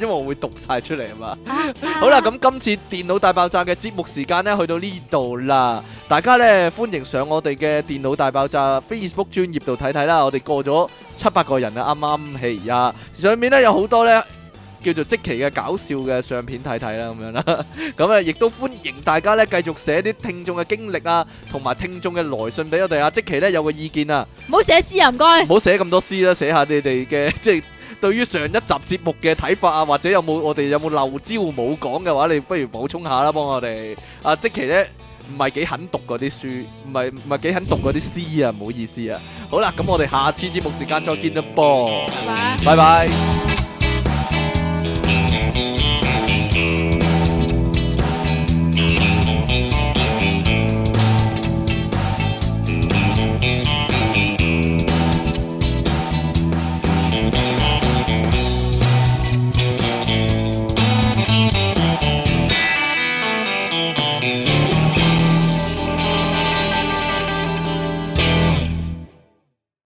S1: 因為我會讀晒出嚟啊嘛。 好啦，咁今次電腦大爆炸嘅節目時間呢，去到呢度啦。大家呢，歡迎上我哋嘅電腦大爆炸 Facebook 專頁度睇睇啦。我哋過咗七八個人啦，啱啱係啊。上面呢，有好多呢。叫做即期嘅搞笑嘅相片睇睇啦，咁樣啦，咁啊亦都歡迎大家咧繼續寫啲聽眾嘅經歷 啊，同埋聽眾嘅來信俾我哋啊，即期咧有個意見啊。
S2: 唔好寫詩啊，唔 該。
S1: 唔好寫咁多詩啦，寫下你哋嘅 即係對於上一集節目嘅睇法啊，或者有冇我哋有冇漏招冇講嘅話，你不如補充下啦，幫我哋。啊，即其咧唔係幾肯讀嗰啲書，唔係唔係幾肯讀嗰啲詩啊，唔好意思啊。好啦，咁我哋下次節目時間再見啦噃，
S2: 拜拜。
S1: 拜拜。